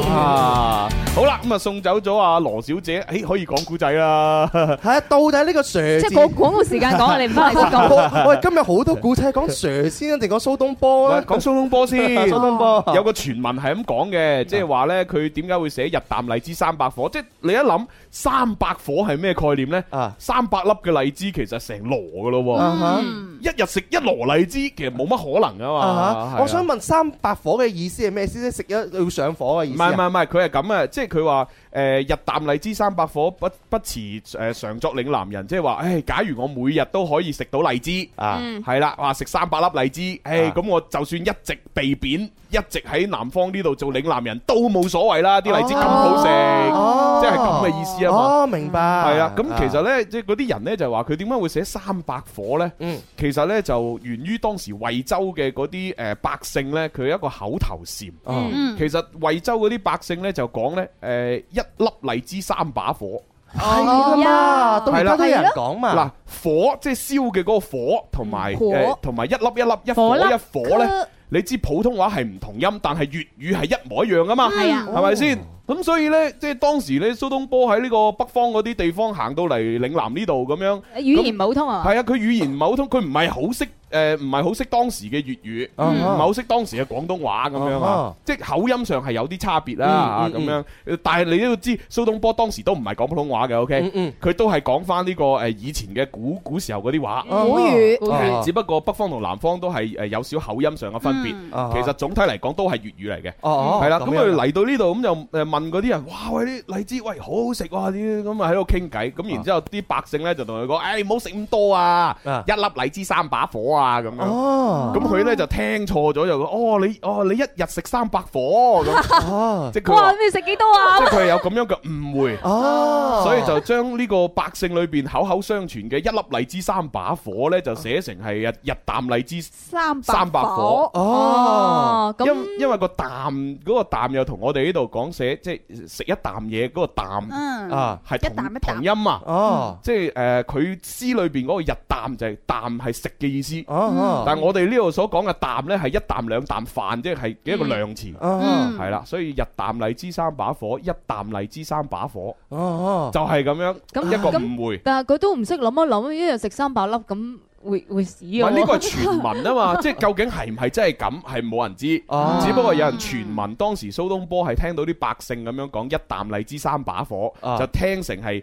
啊，好啦，咁啊送走咗阿羅小姐，誒可以講古仔啦。 係啊，到底呢個蛇字？即係廣廣告時間講啊，你唔翻嚟 先我我講。哋今日好多古仔講蛇先啊，定講蘇東坡咧？講 蘇東波先，蘇東坡有個傳聞係咁講嘅，即係話呢，佢點解會寫日啖荔枝三百顆？即係你一諗三百顆係咩概念呢？啊，三百粒嘅荔枝其實成籮噶咯啊哈喎，一日食一籮荔枝其實冇乜可能噶啊嘛。係哈！啊我想問三百火嘅意思係咩先？即係食咗要上火嘅意唔思啊？係唔係唔係，佢係咁啊！即係佢話誒日啖荔枝三百顆，不不辭誒常作嶺南人，即係話誒，假如我每日都可以食到荔枝啊嗯係啦，話食三百粒荔枝，誒咁我就算一直被貶，一直喺南方呢度做嶺南人都冇所謂啦，啲荔枝咁好食，即係咁嘅意思啊嘛。哦，明白。係啊，咁其實呢，即係嗰啲人呢，就話佢點解會寫三百火呢？其實呢，就源於當時惠州嘅嗰啲誒百姓呢，佢有一個口頭禪。嗯其實惠州嗰啲百姓呢，就講呢：「誒一粒荔枝三把火。係㗎嘛，到而家都有人講嘛。嗱，火即係燒嘅嗰個嗯火，同埋火誒同埋一粒一粒一火火粒一火呢。你知普通話係唔同音，但係粵語係一模一樣噶嘛，係啊係咪先？咁所以呢，即係當時呢，蘇東坡喺呢個北方嗰啲地方行到嚟嶺南呢度咁樣，語言唔好通啊，係啊，佢語言唔係好通，佢唔係好識誒，唔係好識當時嘅粵語，嗯唔係好識當時嘅廣東話咁樣啊啊，即係口音上係有啲差別啦啊嗯嗯咁樣。但係你都要知，蘇東坡當時都唔係講普通話嘅，OK，佢嗯都係講翻呢個誒以前嘅古古時候嗰啲話，古語古語嗯係只不過北方同南方都係誒有少口音上嘅分別嗯啊，其實總體嚟講都係粵語嚟嘅，哦係啦。咁咁樣佢嚟到呢度咁就誒問嗰啲人，哇喂啲荔枝喂好好食喎啲咁啊喺度傾偈，咁然之後啲百姓咧就同佢講，誒唔好食咁多啊，一粒荔枝三把火啊咁樣。哦咁佢咧就聽錯咗就講，哦你哦你一日食三百 火咁，即係佢話哇！你食幾多啊？即係佢係有咁樣嘅誤會，哦所以就將呢個百姓裏邊口口相傳嘅一粒荔枝三把火咧，就寫成係日日啖荔枝三三百火。哦，咁因因為個啖嗰個啖又同我哋呢度講寫即係食一啖嘢嗰個啖嗯啊，係一啖一同同音啊。哦，即係誒佢詩裏邊嗰個日啖就係啖係食嘅意思。哦但係我哋呢度所講嘅啖咧係一啖兩啖飯，即係一個量詞。嗯係啦，所以日啖荔枝三把火，一啖荔枝三把火。哦就係咁樣咁一個咁誤會。但係佢都唔識諗一諗，一日食三百粒咁會會死唔係嘅。呢個係傳聞啊 嘛，即係究竟係唔係真係咁，係冇人知。哦只不過有人傳聞，哦當時蘇東坡係聽到啲百姓咁樣講一啖荔枝三把火，就聽成係。誒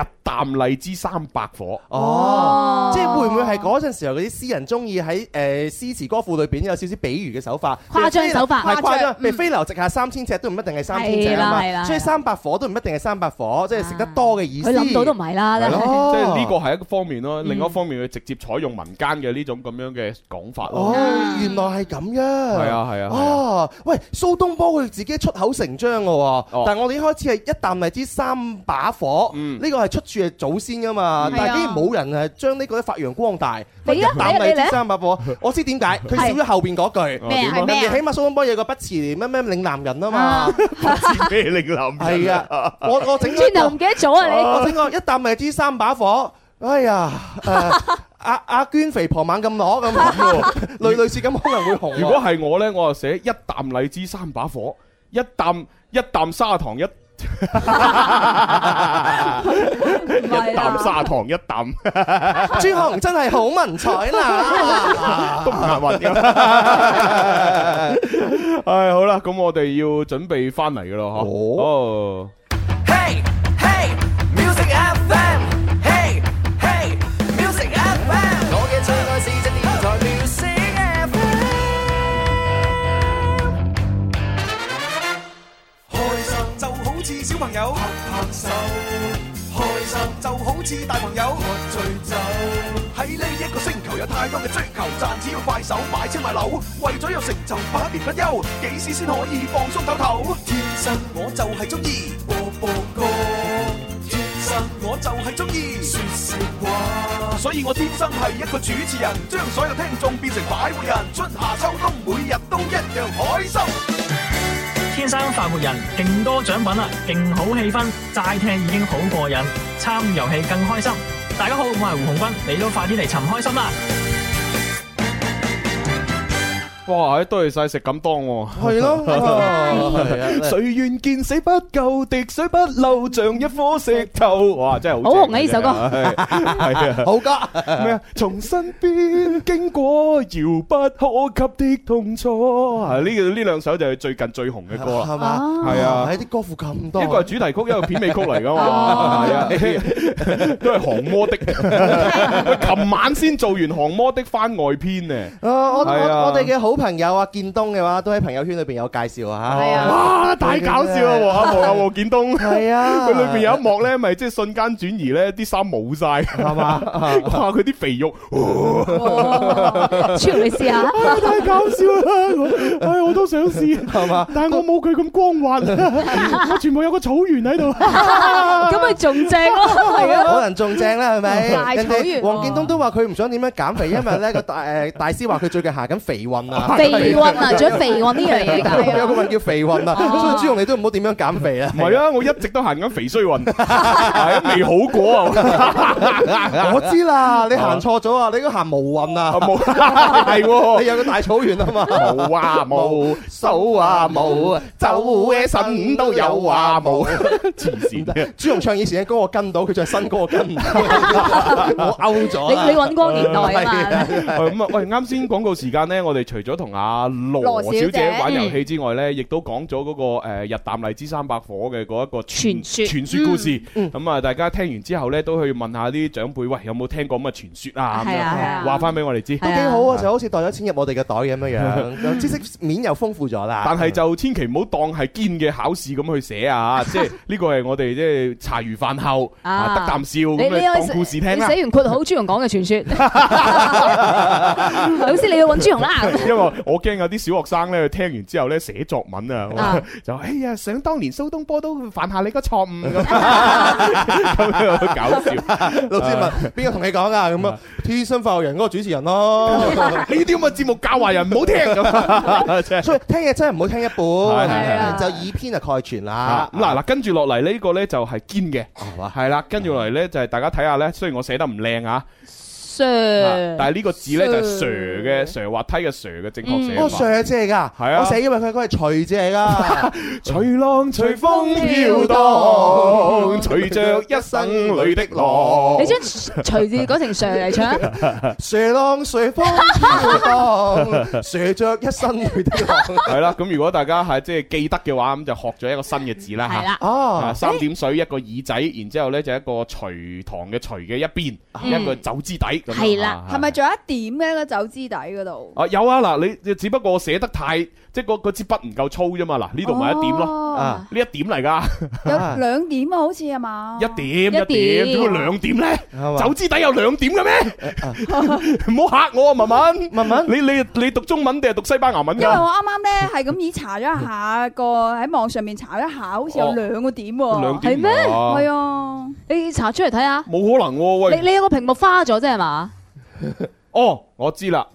日啖荔枝三百火。哦，即係會唔會係嗰陣時候嗰啲詩人中意喺誒詩詞歌賦裏邊有少少比喻嘅手法，誇張手法係誇誇張張，譬如嗯飛流直下三千尺都唔一定係三千尺啊係啦係啦嘛，所以三百火都唔一定係三百火，即係食得多嘅意思。佢諗到都唔係啦係咯哦即係呢個係一個方面咯，另一方面佢直接採用民間嘅呢種咁樣嘅講法咯哦。，Ừ. 原來係咁樣。係啊係啊係啊 À, 哦，喂，蘇東坡佢自己出口成章嘅喎，但係我哋一開始係一啖荔枝三把火，呢個係出處係祖先噶嘛，嗯但係啊係竟然冇人係將呢個發揚光大。你啊一啖你啊荔你啊枝三把火，我知點解，佢係少咗後邊嗰句。咩啊係咩啊人哋起碼蘇東坡有個不辭咩咩嶺南人啊嘛，咩嶺南係啊，我我整咗一轉個頭唔記得咗啊你我整個一啖荔枝三把火，哎呀，誒阿阿娟肥婆猛咁攞咁，類類似咁可能會紅喎。如果係我呢，我就寫一啖荔枝三把火，一啖一啖砂糖一。一啖砂糖一啖，朱紅真係好文采啦，都唔押 韻嘅。唉，好啦，咁我哋要準備翻嚟嘅咯，嗬。哦， Music FM，嘿嘿，Music FM，我嘅最愛是只電台 Music FM。開心就好似小朋友拍拍手，開心就好似大朋友喝醉酒。喺呢一個星球有太多嘅追求，賺錢要快手，買車買樓，為咗有成就百年不休，幾時先可以放鬆唞唞？天生我就係中意播播歌。天生我就係中意說笑話，所以我天生係一個主持人，將所有聽眾變成擺活人，春夏秋冬每日都一樣開心。天生快活人，勁多獎品啦，勁好氣氛，齋聽已經好過癮，參與遊戲更開心。大家好，我係胡鴻斌，你都快啲嚟尋開心啦！哇，多謝晒食咁當喎。係咯係啊誰願見死不救，滴水不漏，像一顆石頭。哇，真係好正好紅啊呢首歌係係啊，好歌咩啊？從身邊經過，遙不可及的痛楚。啊，呢個呢兩首就係最近最紅嘅歌啦，係嘛？係啊喺。啲歌賦咁多，一個係主題曲，一個片尾曲嚟噶嘛，係啊， 都係航魔的。喂，琴晚先做完航魔的番外篇呢。啊我我係啊我哋嘅好朋友啊，建東嘅話都喺朋友圈裏邊有介紹啊，係啊哇太搞笑啦和阿和阿和建東係啊，佢裏邊有一幕咧，咪即係瞬間轉移咧，啲衫冇晒，係嘛？ 哇！佢啲肥肉，朱紅你試下唉太搞笑 啦！ 我唉，我都想試，係嘛？但係我冇佢咁光 滑，我全部有個草原喺度。咁咪仲正咯，係啊，可能仲正啦，係咪？大人草哋原喎黃建東都話佢唔想點樣減肥，因為咧個 大誒大師話佢最近行緊肥運啊，肥運哦啊仲有肥運呢樣嘢㗎有個運叫肥運啊，所以朱紅你都唔好點樣減肥啊唔。係啊，我一直都行緊肥衰運，係啊，未好過啊！ 我知啦，你行錯咗啊！你應該行無運啊，無係喎 你有個大草原啊嘛，冇啊冇，數啊冇，走嘅神都有啊冇，黐線！朱紅唱以前嘅歌我跟到，佢唱新歌我跟唔到，我 out 咗啦。你你揾光年代啊嘛係啊咁啊，喂，啱先廣告時間呢，我哋除咗同阿羅羅小小姐姐玩遊戲之外呢，亦都講咗嗰個誒日啖荔枝三百火嘅嗰一個傳傳說傳說故事。咁啊，大家聽完之後呢，都去問下啲長輩，喂，有冇聽過咁嘅傳說啊？咁係啊樣係啊話翻俾我哋知。都幾好啊，就好似袋咗錢入我哋嘅袋咁樣樣，知識面又豐富咗啊啦。但係就千祈唔好當係堅嘅考試咁去寫 啊！即係呢個係我哋即係茶餘飯後啊得啖笑咁樣當故事聽啊你啦。寫完括好朱紅講嘅傳說，老師你要揾朱紅啦。 因為我驚有啲小學生咧，聽完之後咧寫作文啊啊，就哎呀，想當年蘇東坡都犯下你個錯誤 咁， 咁樣好搞笑。 老師問邊個同你講噶咁啊？天生發育人嗰個主持人咯。 呢啲咁嘅節目教壞人，唔好聽咁。 真係所以聽嘢真係唔好聽一係啊半，就以偏就概全啦啊。嗱嗱，跟住落嚟呢個咧就係堅嘅，嘛係啦，跟住落嚟咧就係大家睇下咧，雖然我寫得唔靚啊， Sir，但係呢個字咧就係 Sir Sir 嘅 Sir 滑梯嘅 Sir 嘅正確寫法。哦，Sir 姐嚟㗎，係啊我成日以為佢嗰係徐姐嚟 㗎，隨浪隨風飄蕩，隨着一生裏的浪 你。將隨字改成 Sir 嚟唱啊， Sir 浪隨風飄 蕩，Sir 着一身裏的浪。係啦，咁如果大家係即係記得嘅話，咁就學咗一個新嘅字啦係啦嚇。哦啊三點水一個耳仔，然之後咧就一個隨堂嘅隨嘅一邊，嗯一個走之底咁樣。啊係咪仲有一點嘅個酒支底嗰度？啊有啊嗱，你你只不過我寫得太即係嗰嗰支筆唔夠粗啫嘛嗱，呢度咪一點咯，哦啊呢一點嚟噶，有兩點啊，好似係嘛？一點一一點，點點會兩點咧？嘛走之底有兩點嘅咩？唔好嚇我啊，文文，文文，你你你讀中文定係讀西班牙文因為我㗎？啱啱咧係咁已查咗一下個喺網上面查咗一下，好哦似有兩個點喎，兩點係咩啊係啊，你查出嚟睇下。冇可能喎，喂！你你有個屏幕花咗啫係嘛？哦，我知啦。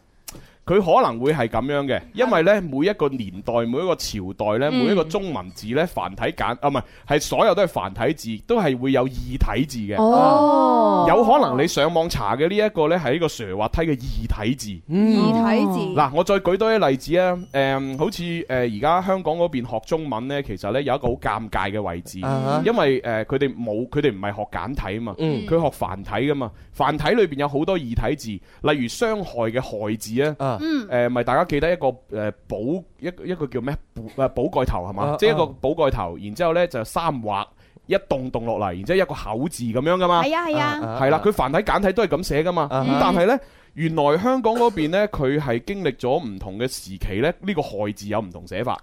佢可能會係咁樣嘅，因為呢每一個年代、每一個朝代呢，嗯每一個中文字呢，繁體簡啊，唔係係所有都係繁體字，都係會有異體字嘅。哦有可能你上網查嘅呢一個呢，係一個蛇滑梯嘅異體字。嗯異體字嗱，我再舉多啲例子啊。誒、好似誒而家香港嗰邊學中文呢，其實呢有一個好尷尬嘅位置，啊哈因為誒佢哋冇佢哋唔係學簡體啊嘛，嗯佢、學繁體噶嘛。繁體裏邊有好多異體字，例如傷害嘅害字啊，誒啊咪、大家記得一個誒、寶一個一個叫咩寶誒寶蓋頭係嘛，啊即係一啊個寶蓋頭，然之後呢就三畫一棟棟落嚟，然之後一個口字咁樣噶嘛。係啊係啊，係啦，佢繁體簡體都係咁寫噶嘛。啊咁但係呢，原來香港嗰邊呢，佢係經歷咗唔同嘅時期呢，呢個害字有唔同寫法。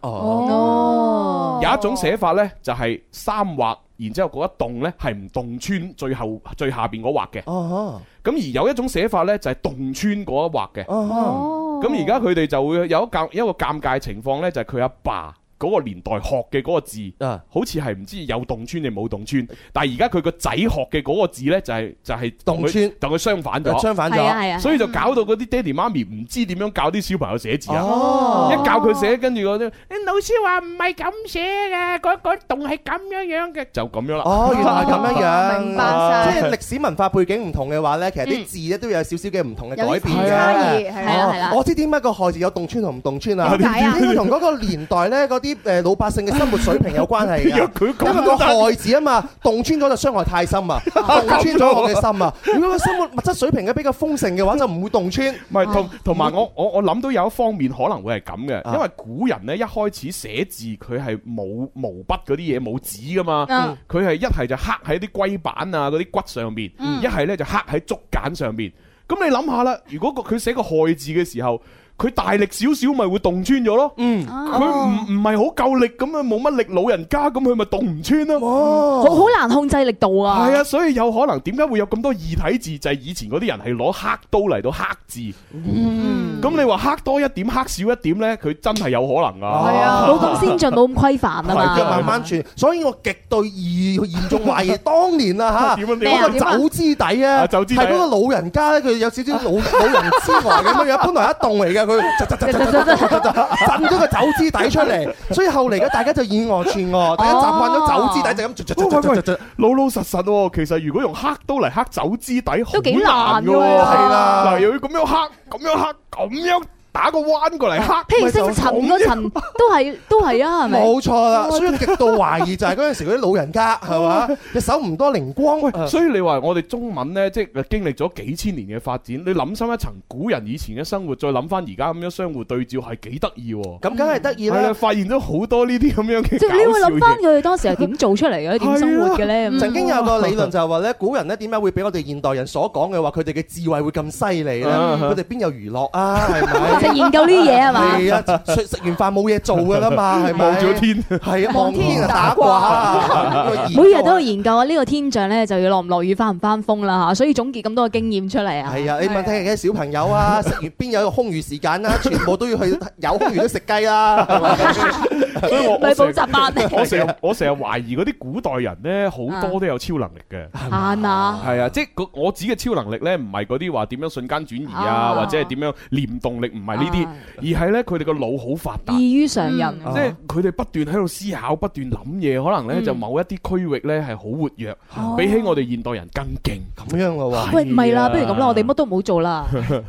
哦，有一種寫法呢，就係三畫，然之後嗰一棟呢係唔洞穿最後最下邊嗰畫嘅。哦咁而有一種寫法呢，就係洞穿嗰一畫嘅。哦，咁而家佢哋就會有一尷一個尷尬情況呢，就係佢阿爸。嗰個年代學嘅嗰個字，啊好似係唔知有洞穿定冇洞穿，但係而家佢個仔學嘅嗰個字呢，就係就係同佢洞穿同佢相反咗，相反係啊咗。係啊，所以就搞到嗰啲爹哋媽咪唔知點樣教啲小朋友寫字啊！哦，一教佢寫，跟住嗰啲誒老師話唔係咁寫嘅，嗰嗰棟係咁樣樣嘅，就咁樣啦。哦，原來係咁樣樣，啊明白晒嗯即係歷史文化背景唔同嘅話咧，其實啲字咧都有少少嘅唔同嘅有改啲變差異嘅。係啦係啦哦係啦我知點解個害字有洞穿同唔洞穿啦。點解啊應該同嗰個年代咧，嗰啲誒老百姓嘅生活水平有關係 若㗎。佢因為講個都得，害字啊嘛，洞穿咗就傷害太深 啊，洞穿咗我嘅心啊。如果個生活物質水平嘅比較豐盛嘅話，就唔會洞穿。唔係同同埋我我我諗到有一方面可能會係咁嘅，啊因為古人呢一開始寫字佢係冇毛筆嗰啲嘢冇紙噶嘛，嗯佢係一係就刻喺啲龜板啊嗰啲骨上面，一係呢就刻喺竹簡上面。咁你諗下啦，如果個佢寫個害字嘅時候，佢大力少少咪會洞穿咗咯。嗯，佢唔唔係好夠力咁啊，冇乜力，老人家咁佢咪動唔穿咯。哦，好好難控制力度啊。係啊，所以有可能點解會有咁多異體字？就係、以前嗰啲人係攞黑刀嚟到黑字。Ừ. 嗯咁你話黑多一點，黑少一點呢，佢真係有可能係啊。啊冇咁先進，冇咁規範啊嘛。就慢慢傳，所以我極對嚴嚴重懷疑當年啊嚇，點啊點啊嗰個走之底啊，啊走之底係嗰個老人家咧，佢有少少老老人痴呆咁樣樣，本來一棟嚟嘅，佢窒窒窒窒窒窒窒窒窒窒震咗個走之底出嚟，所以後嚟嘅大家就以訛傳訛，大家習慣咗走之底就咁窒喂喂窒窒窒喂窒窒。老老實實喎，其實如果用黑刀嚟黑走之底，好都幾難難㗎㗎喎喎。係啦嗱，又要咁樣黑，咁樣黑，咁樣打個彎過嚟黑。譬如姓陳個陳都係都係啊，係咪？冇錯啦，所以極度懷疑就係嗰陣時嗰啲老人家係嘛，隻手唔多靈光， 嗯喂，所以你話我哋中文呢，即係經歷咗幾千年嘅發展，你諗深一層，古人以前嘅生活，再諗翻而家咁樣相互對照，係幾得意喎。咁梗係得意係啦，啦。發現咗好多呢啲咁樣嘅即係你搞會笑諗翻嘢。佢哋當時係點做出嚟嘅，點生活嘅嗯咧？咁啊曾經有個理 論就係話咧，古人咧點解會俾我哋現代人所講嘅話，佢哋嘅智慧會咁犀利咧？嗯佢哋邊有娛樂 啊？係咪？就研究呢啲嘢係嘛？係啊，食食完飯冇嘢做㗎 啦嘛，係咪？望住個天， 係啊，望天啊打 卦，每日都要研究啊！呢個天象咧就要落唔落雨、翻唔翻風啦嚇，所以總結咁多嘅經驗出嚟啊！係啊，你問聽嘅小朋友 啊，食完邊有空餘時間啦？全部都要去有空餘都食雞啦，係咪？所以我咪我成日哎補習 班嚟我成日我成日懷疑嗰啲古代人咧，好多都有超能力嘅。閒啊，係啊，即係嗰我指嘅超能力咧，唔係嗰啲話點樣瞬間轉移啊，啊或者係點樣念動力，唔係呢啲，嗯而係咧佢哋個腦好發達。異於常人，即係佢哋不斷喺度思考，不斷諗嘢，可能咧啊嗯就某一啲區域咧係好活躍，哦比起我哋現代人更勁。咁樣嘅喂，唔啊係啦，不如咁啦，我哋乜都唔好做 啦，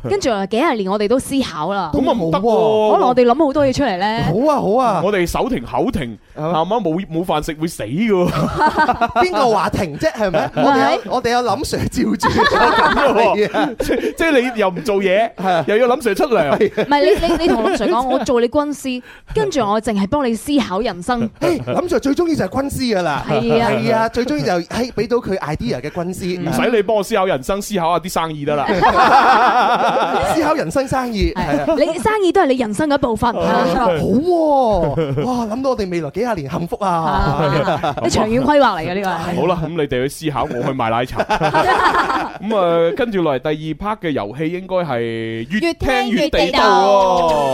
跟住幾廿年我哋都思考啦，咁啊唔得哦可能喎我。哋諗好多嘢出嚟咧，啊好啊！我哋手停口停，啊係咪冇冇飯食會死㗎 喎。邊個話停啫？係咪？我哋有我哋有林 Sir 照 住。咁喎即即係你又唔做嘢，又要諗 Sir 出糧。唔係你你你同林 Sir 講，我做你軍師，跟住我淨係幫你思考人生。林 Sir 最中意就係軍師噶啦，係啊係啊，最中意就係嘿俾到佢 idea 嘅軍師，唔使你幫我思考人生，思考下啲生意得啦。思考人生生意，係啊。你生意都係你人生嘅一部分，好喎！哇，諗到我哋未來幾廿年幸福啊！你長遠規劃嚟嘅呢個係。好啦，咁你哋去思考，我去賣奶 茶。咁啊，跟住落嚟第二 part 嘅遊戲應該係越聽越地道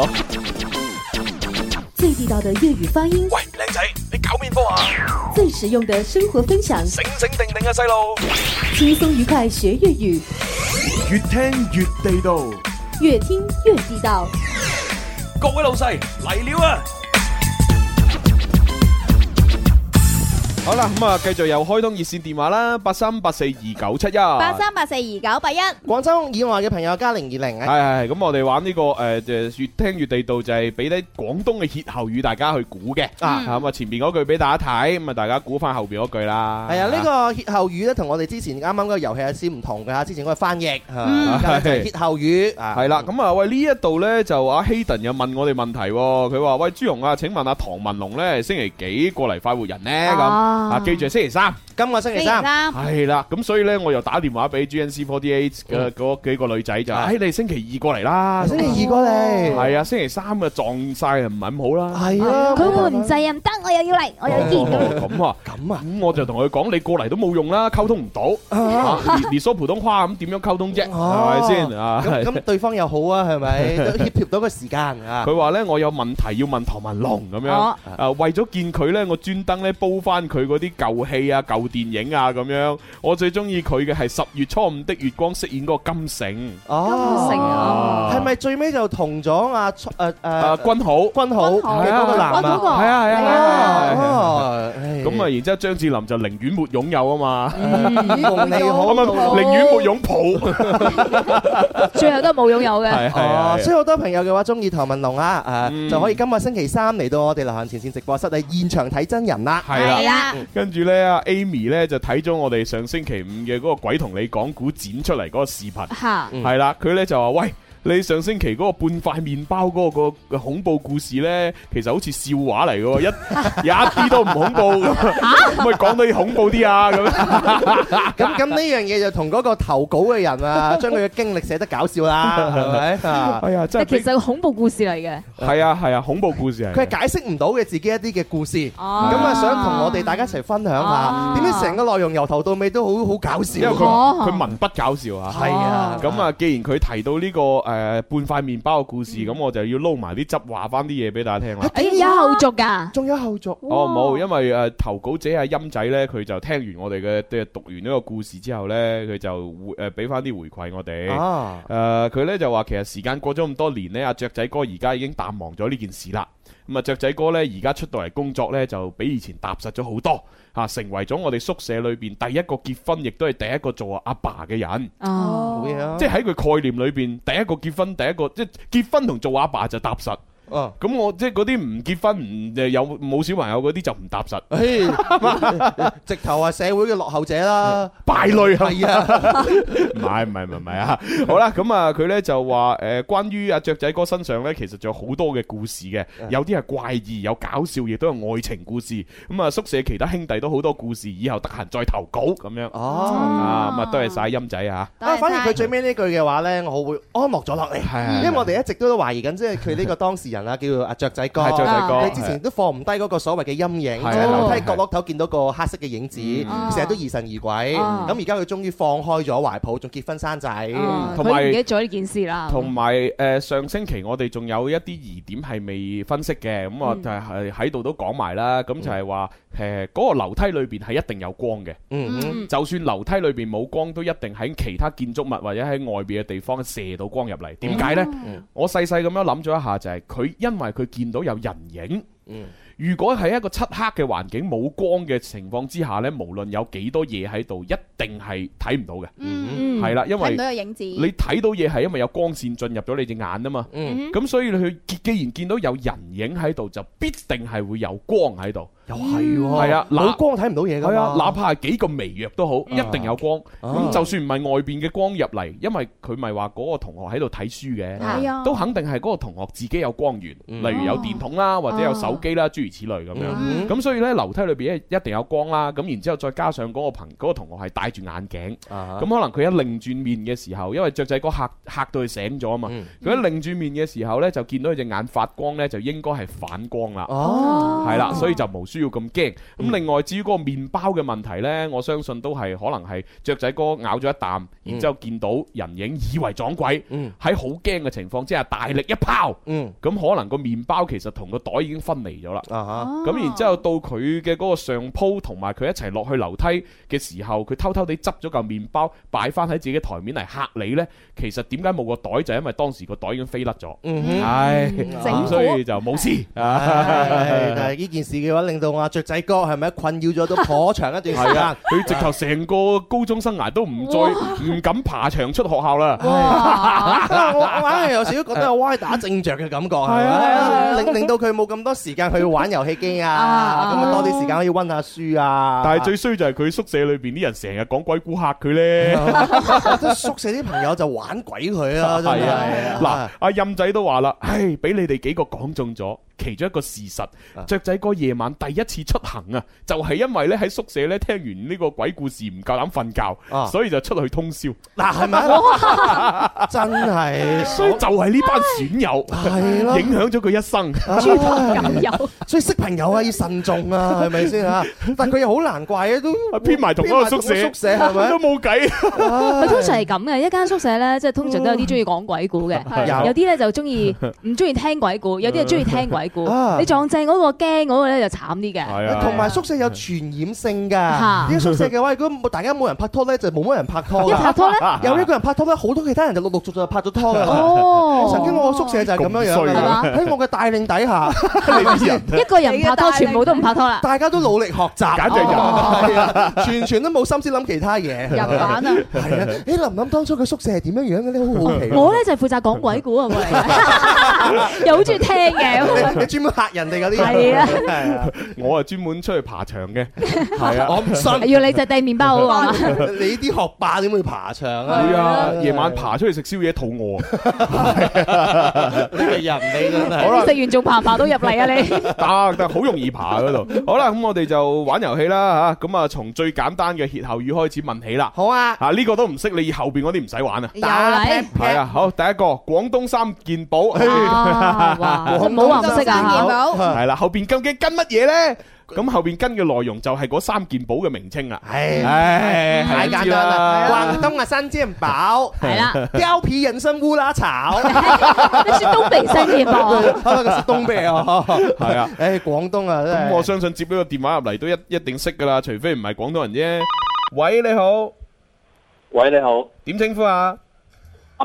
喎。最地道的粵語發音，靚仔，你搞面科啊？最實用的生活分享，醒醒定定啊，細路！輕鬆愉快學粵語，越聽越地道。越聽越地道。各位老細嚟了啊！ 好啦，咁啊，繼續又開通熱線電話啦，八三八四二九七一。八三八四二九八一，廣州以外嘅朋友加零二零啊係係係咁，我哋玩呢個誒，就越聽越地道，就係俾啲廣東嘅歇後語大家去估嘅。啊咁啊，前邊嗰句俾大家睇，咁啊，大家估翻後邊嗰句啦。係啊，呢個歇後語咧同我哋之前啱啱嗰個遊戲有啲唔同啊㗎，之前嗰個翻譯，啊嗯而家就係歇後語啊。係啦，咁啊，喂呢一度呢，就阿 Hayden 又問我哋問題喎，佢話喂朱紅啊，請問阿唐文龍呢，星期幾過嚟快活人呢？咁啊啊，記住係星期三，啊今個星期三星期三啊係啦，咁所以呢，我又打電話俾 GNC48 嘅嗰幾個女仔就話，唉，你星期二過嚟啦，星期二過嚟係啊，星期三啊撞晒唔係咁好啦，係佢會唔制啊？唔得，我又要嚟，我又要見咁。哦咁啊，咁啊，咁我就同佢講，你過嚟都冇用啦，溝通唔到，啊連連說普通話咁點樣溝通啫，係咪先啊？哦咁咁對方又好啊，係咪？都協調到個時間啊。 佢話咧，我有問題要問唐文龍咁樣哦，誒為咗見佢咧，我專登咧煲翻佢嗰啲舊戲啊、舊電影啊咁樣。我最中意佢嘅係十月初五的月光飾演嗰個金城。哦，城啊係咪最尾就同咗阿誒啊，誒君好，君好嘅嗰個男啊？係啊係啊係啊係啊！咁啊，然之後張智霖就寧願沒擁有啊嘛，同你好，咁啊，寧願沒擁抱。最後都係冇擁有嘅。 哦，所以好多朋友嘅話中意唐文龍啊，誒就可以今個星期三嚟到我哋流行前線直播室嚟現場睇 真人啦。係啦，跟住咧，阿 Amy 咧就睇咗我哋上星期五嘅嗰個鬼同你講古剪出嚟嗰個視頻，嚇係啦，佢咧就話喂。你上星期嗰個半塊麵包嗰個個恐怖故事咧，其實好似笑話嚟嘅喎，一有一啲都唔恐怖，咁咪講到要恐怖啲啊咁。咁咁呢樣嘢就同嗰個投稿嘅人 啊，將佢嘅經歷寫得搞笑啦，係咪？哎呀，真係其實個恐怖故事嚟嘅。係啊係啊，恐怖故事嚟嘅。佢係解釋唔到嘅自己一啲嘅故事，咁啊想同我哋大家一齊分享下，點解成個內容由頭到尾都好好搞笑。因為佢佢文筆搞笑啊，係啊咁啊，既然佢提到呢個誒半塊麵包嘅故嗯事，咁我就要撈埋啲汁話翻啲嘢俾大家聽啦。誒哎有後續㗎，仲有後續。哦，冇，因為誒投稿者阿音仔咧，佢就聽完我哋嘅即係讀完呢個故事之後咧，佢就回呃誒俾翻啲回饋我哋。啊誒佢咧就話其實時間過咗咁多年咧，阿雀仔哥而家已經淡忘咗呢件事啦。咁啊，雀仔哥咧而家出到嚟工作咧，就比以前踏實咗好多嚇、成為咗我哋宿舍裏邊第一個結婚，亦都係第一個做阿爸嘅人。哦，冇嘢啊即係喺佢概念裏邊，第一個結婚，第一個即係結婚同做阿爸就踏實。哦，咁我即係嗰啲唔結婚唔誒有冇小朋友嗰啲就唔踏實。 直頭係社會嘅落後者啦，敗類 係啊，唔係唔係唔係唔係啊！好啦，咁啊，佢咧就話誒，關於阿雀仔哥身上咧，其實仲有好多嘅故事嘅，有啲係怪異，有搞笑，亦都有愛情故事。咁啊，宿舍其他兄弟都好多故事，以後得閒再投稿咁樣。哦，啊，咁啊，多謝晒音仔啊！啊，反而佢最尾呢句嘅話呢，我會安樂咗落嚟，因為我哋一直都懷疑緊，即係佢呢個當事人人啊，叫阿雀仔哥。係雀仔哥你之前都放唔低嗰個所謂嘅陰影，係即係樓梯係角落頭見到個黑色嘅影子，嗯成日都疑神疑鬼。哦咁而家佢終於放開咗懷抱，仲結婚生仔，同埋哦佢唔記得咗呢件事啦。同埋誒上星期我哋仲有一啲疑點係未分析嘅，咁啊嗯就係喺度都講埋啦。咁就係話誒嗰個樓梯裏邊係一定有光嘅，嗯就算樓梯裏邊冇光，都一定喺其他建築物或者喺外邊嘅地方射到光入嚟。點解呢？我細細咁樣諗咗一下，就係佢因為佢見到有人影。如果喺一個漆黑嘅環境冇光嘅情況之下呢，無論有幾多嘢喺度，一定係睇唔到嘅。嗯係啦，因為睇唔到有影子你睇到嘢係因為有光線進入咗你隻眼啊嘛。嗯咁所以佢既然見到有人影喺度，就必定係會有光喺度。又係喎啊，冇光睇唔到嘢㗎嘛係啊，哪怕係幾個微弱都好，一定有光。啊咁就算唔係外邊嘅光入嚟，因為佢咪話嗰個同學喺度睇書係啊嘅，都肯定係嗰個同學自己有光源，例如有電筒啊啦，或者有手機啦，諸如此類咁嗯樣。咁所以呢，樓梯裏邊一一定有光啦。咁然之後再加上嗰個朋嗰個同學係戴住眼鏡，咁可能佢一擰轉面嘅時候，因為雀仔哥嚇嚇到佢醒咗啊嘛。佢一擰轉面嘅時候呢，就見到佢隻眼發光呢，就應該係反光啦。哦係啦，所以就無需要咁驚。咁另外至於嗰個麵包嘅問題呢，我相信都係可能係雀仔哥咬咗一啖，然之後見到人影，以為撞鬼，喺好驚嘅情況之下大力一拋，咁可能個麵包其實同個袋已經分離咗啦。哦咁然之後到佢嘅嗰個上鋪同埋佢一齊落去樓梯嘅時候，佢偷偷地執咗嚿麵包擺翻喺自己台面嚟嚇你呢。其實點解冇個袋就係因為當時個袋已經飛甩咗，嗯唉，整蠱咁所以就冇事。唉但係呢件事嘅話，令到阿雀仔哥係咪困擾咗都頗長一段時間？係啊，佢直頭成個高中生涯都唔再唔敢爬牆出學校啦。啊我我硬係有少少 覺得有歪打正着嘅感覺，係啊，令令到佢冇咁多時間去玩遊戲機 啊，咁啊多啲時間可以温下書啊。但係 最衰就係佢宿舍裏邊啲人成日講鬼故嚇佢咧，即係宿舍啲朋友就玩鬼佢啊，真 係係啊！嗱，阿任仔都話啦，唉，俾你哋幾個講中咗。其中一個事實，雀仔哥夜晚第一次出行啊，就係因為咧喺宿舍咧聽完呢個鬼故事唔夠膽瞓覺，所以就出去通宵。嗱係咪？啊真係，所以就係呢班損友，咯影響咗佢一生。豬朋狗 友，所以識朋友啊要慎 重啊，係咪先啊？但佢又好難怪啊，都編埋同一個宿舍編埋同一個宿舍係 咪？都冇計。佢通常係咁嘅，一間宿舍咧，即係通常都有嗯啲中意講鬼故哦嘅係，有有啲咧就中意唔中意聽鬼故，有啲就中意聽鬼故 啊。你撞正嗰個驚嗰個咧就慘啲係啊嘅，同埋宿舍有傳染性㗎，嚇呢個宿舍嘅話，如果冇大家冇人拍拖咧，就冇乜人拍拖㗎。一 拍拖 呢有一個人拍拖咧，好多其他人就陸陸續續拍咗拖㗎啦。哦曾經我個宿舍就係咁樣哦樣咁衰㗎係啦嘛喺我嘅帶領底下， 係咪先一個人唔拍拖，全部都唔拍拖啦。 大家都努力學習，簡直人係啊，全全都冇心思諗其他嘢。人版啊係啊！你諗唔諗當初佢宿舍係點樣樣嘅咧？好好奇啊。我咧就係負責講鬼故啊，我嚟嘅， 又好中意聽 嘅。你你專門嚇人哋嗰啲人係啊係啊，我啊專門出去爬牆 嘅，係啊，我唔信要哎你就掟麵包好啊！ 你啲學霸點會爬牆啊？會啊，夜晚爬出去食宵夜，肚餓。你個人你真係好啦你食完仲爬唔爬到入嚟啊你？得得，好容易爬嗰度。好啦，咁我哋就玩遊戲啦吓，咁啊從最簡單嘅歇後語開始問起啦。 好啊，啊呢個都唔識，你後邊嗰啲唔使玩啊。 又嚟係啊，好，第一個廣東三件寶， 啊哇真係冇話唔識啊廣東三件寶係啦，後邊究竟跟乜嘢咧？咁後邊跟嘅內容就係嗰三件寶嘅名稱啦。唉，太簡單啦！係廣東嘅生煎飽，係啦，貂皮人參烏拉炒，你說東北生 煎飽啊啊，東北啊，係啊，誒廣東啊，真係咁我相信接呢個電話入嚟都一一定識噶啦，除非唔係廣東人啫。喂，你好，喂，你好，點稱呼啊？à,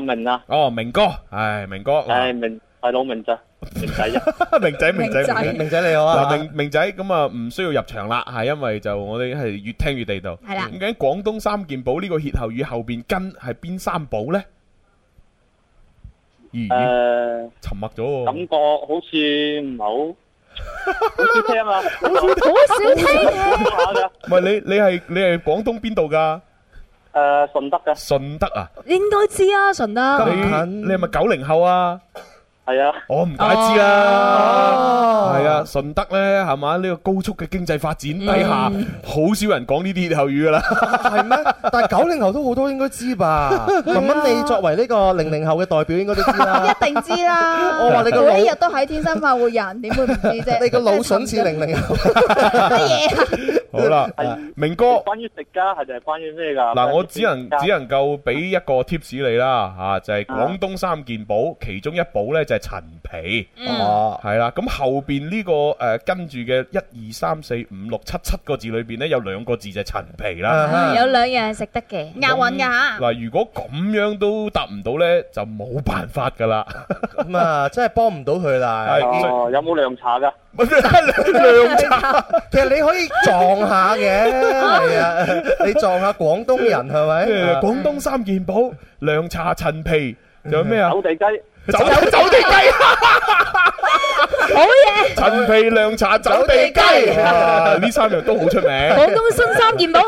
阿 明啊，哦，明哥，唉，明哥， 唉，明係老明咋，明仔啫。明仔，明明仔仔，明仔你好啊嗱，明明仔咁啊，唔需要入場啦，係因為就我哋係越聽越地道。係啦咁究竟廣東三件寶呢個歇後語後邊跟係邊三寶咧？咦，Ờ, 誒，沉默咗喎。感覺好似唔係好，好少聽 à? 啊，好少好少聽。dạ? 唔係你你係你係廣東邊度㗎？誒，Ờ, à. 順德嘅。順德啊？應該知啊，順德。你你係咪九零後啊？系啊，à? 我唔怪之啦，系啊，順德咧係嘛？呢個高速嘅經濟發展底下，嗯好少人講呢啲歇後語噶啦。但係九零後都好多應該知吧？係啊文文，你作為呢個零零後嘅代表，應該都知啦。一定知啦。 我話你個腦每一日都喺天生發活人，點會唔知啫？ 你個腦筍 似零零後。好 啦，明哥。關於食家係定係關於咩㗎？嗱，我只能只能夠俾一個 tips 你啦，嚇就係廣東三件寶，其中一寶呢就係陳皮，嗯哦，係啦。咁後邊呢個誒跟住嘅一二三四五六七七個字裏邊呢，有兩個字就係陳皮啦。有兩樣係食得嘅，押韻㗎嚇。嗱，如果咁樣都答唔到呢，就冇辦法㗎 啦。咁啊，真係幫唔到佢 Ờ, 啦。哦，有冇涼茶㗎？其實你可以撞下嘅，係啊，你撞下廣東人係咪？誒廣東三件寶，涼茶、陳皮，仲有咩啊？走地雞，走走地雞，好嘢！陳皮、涼茶、走地雞，啊呢三樣都好出名。廣東新三件寶，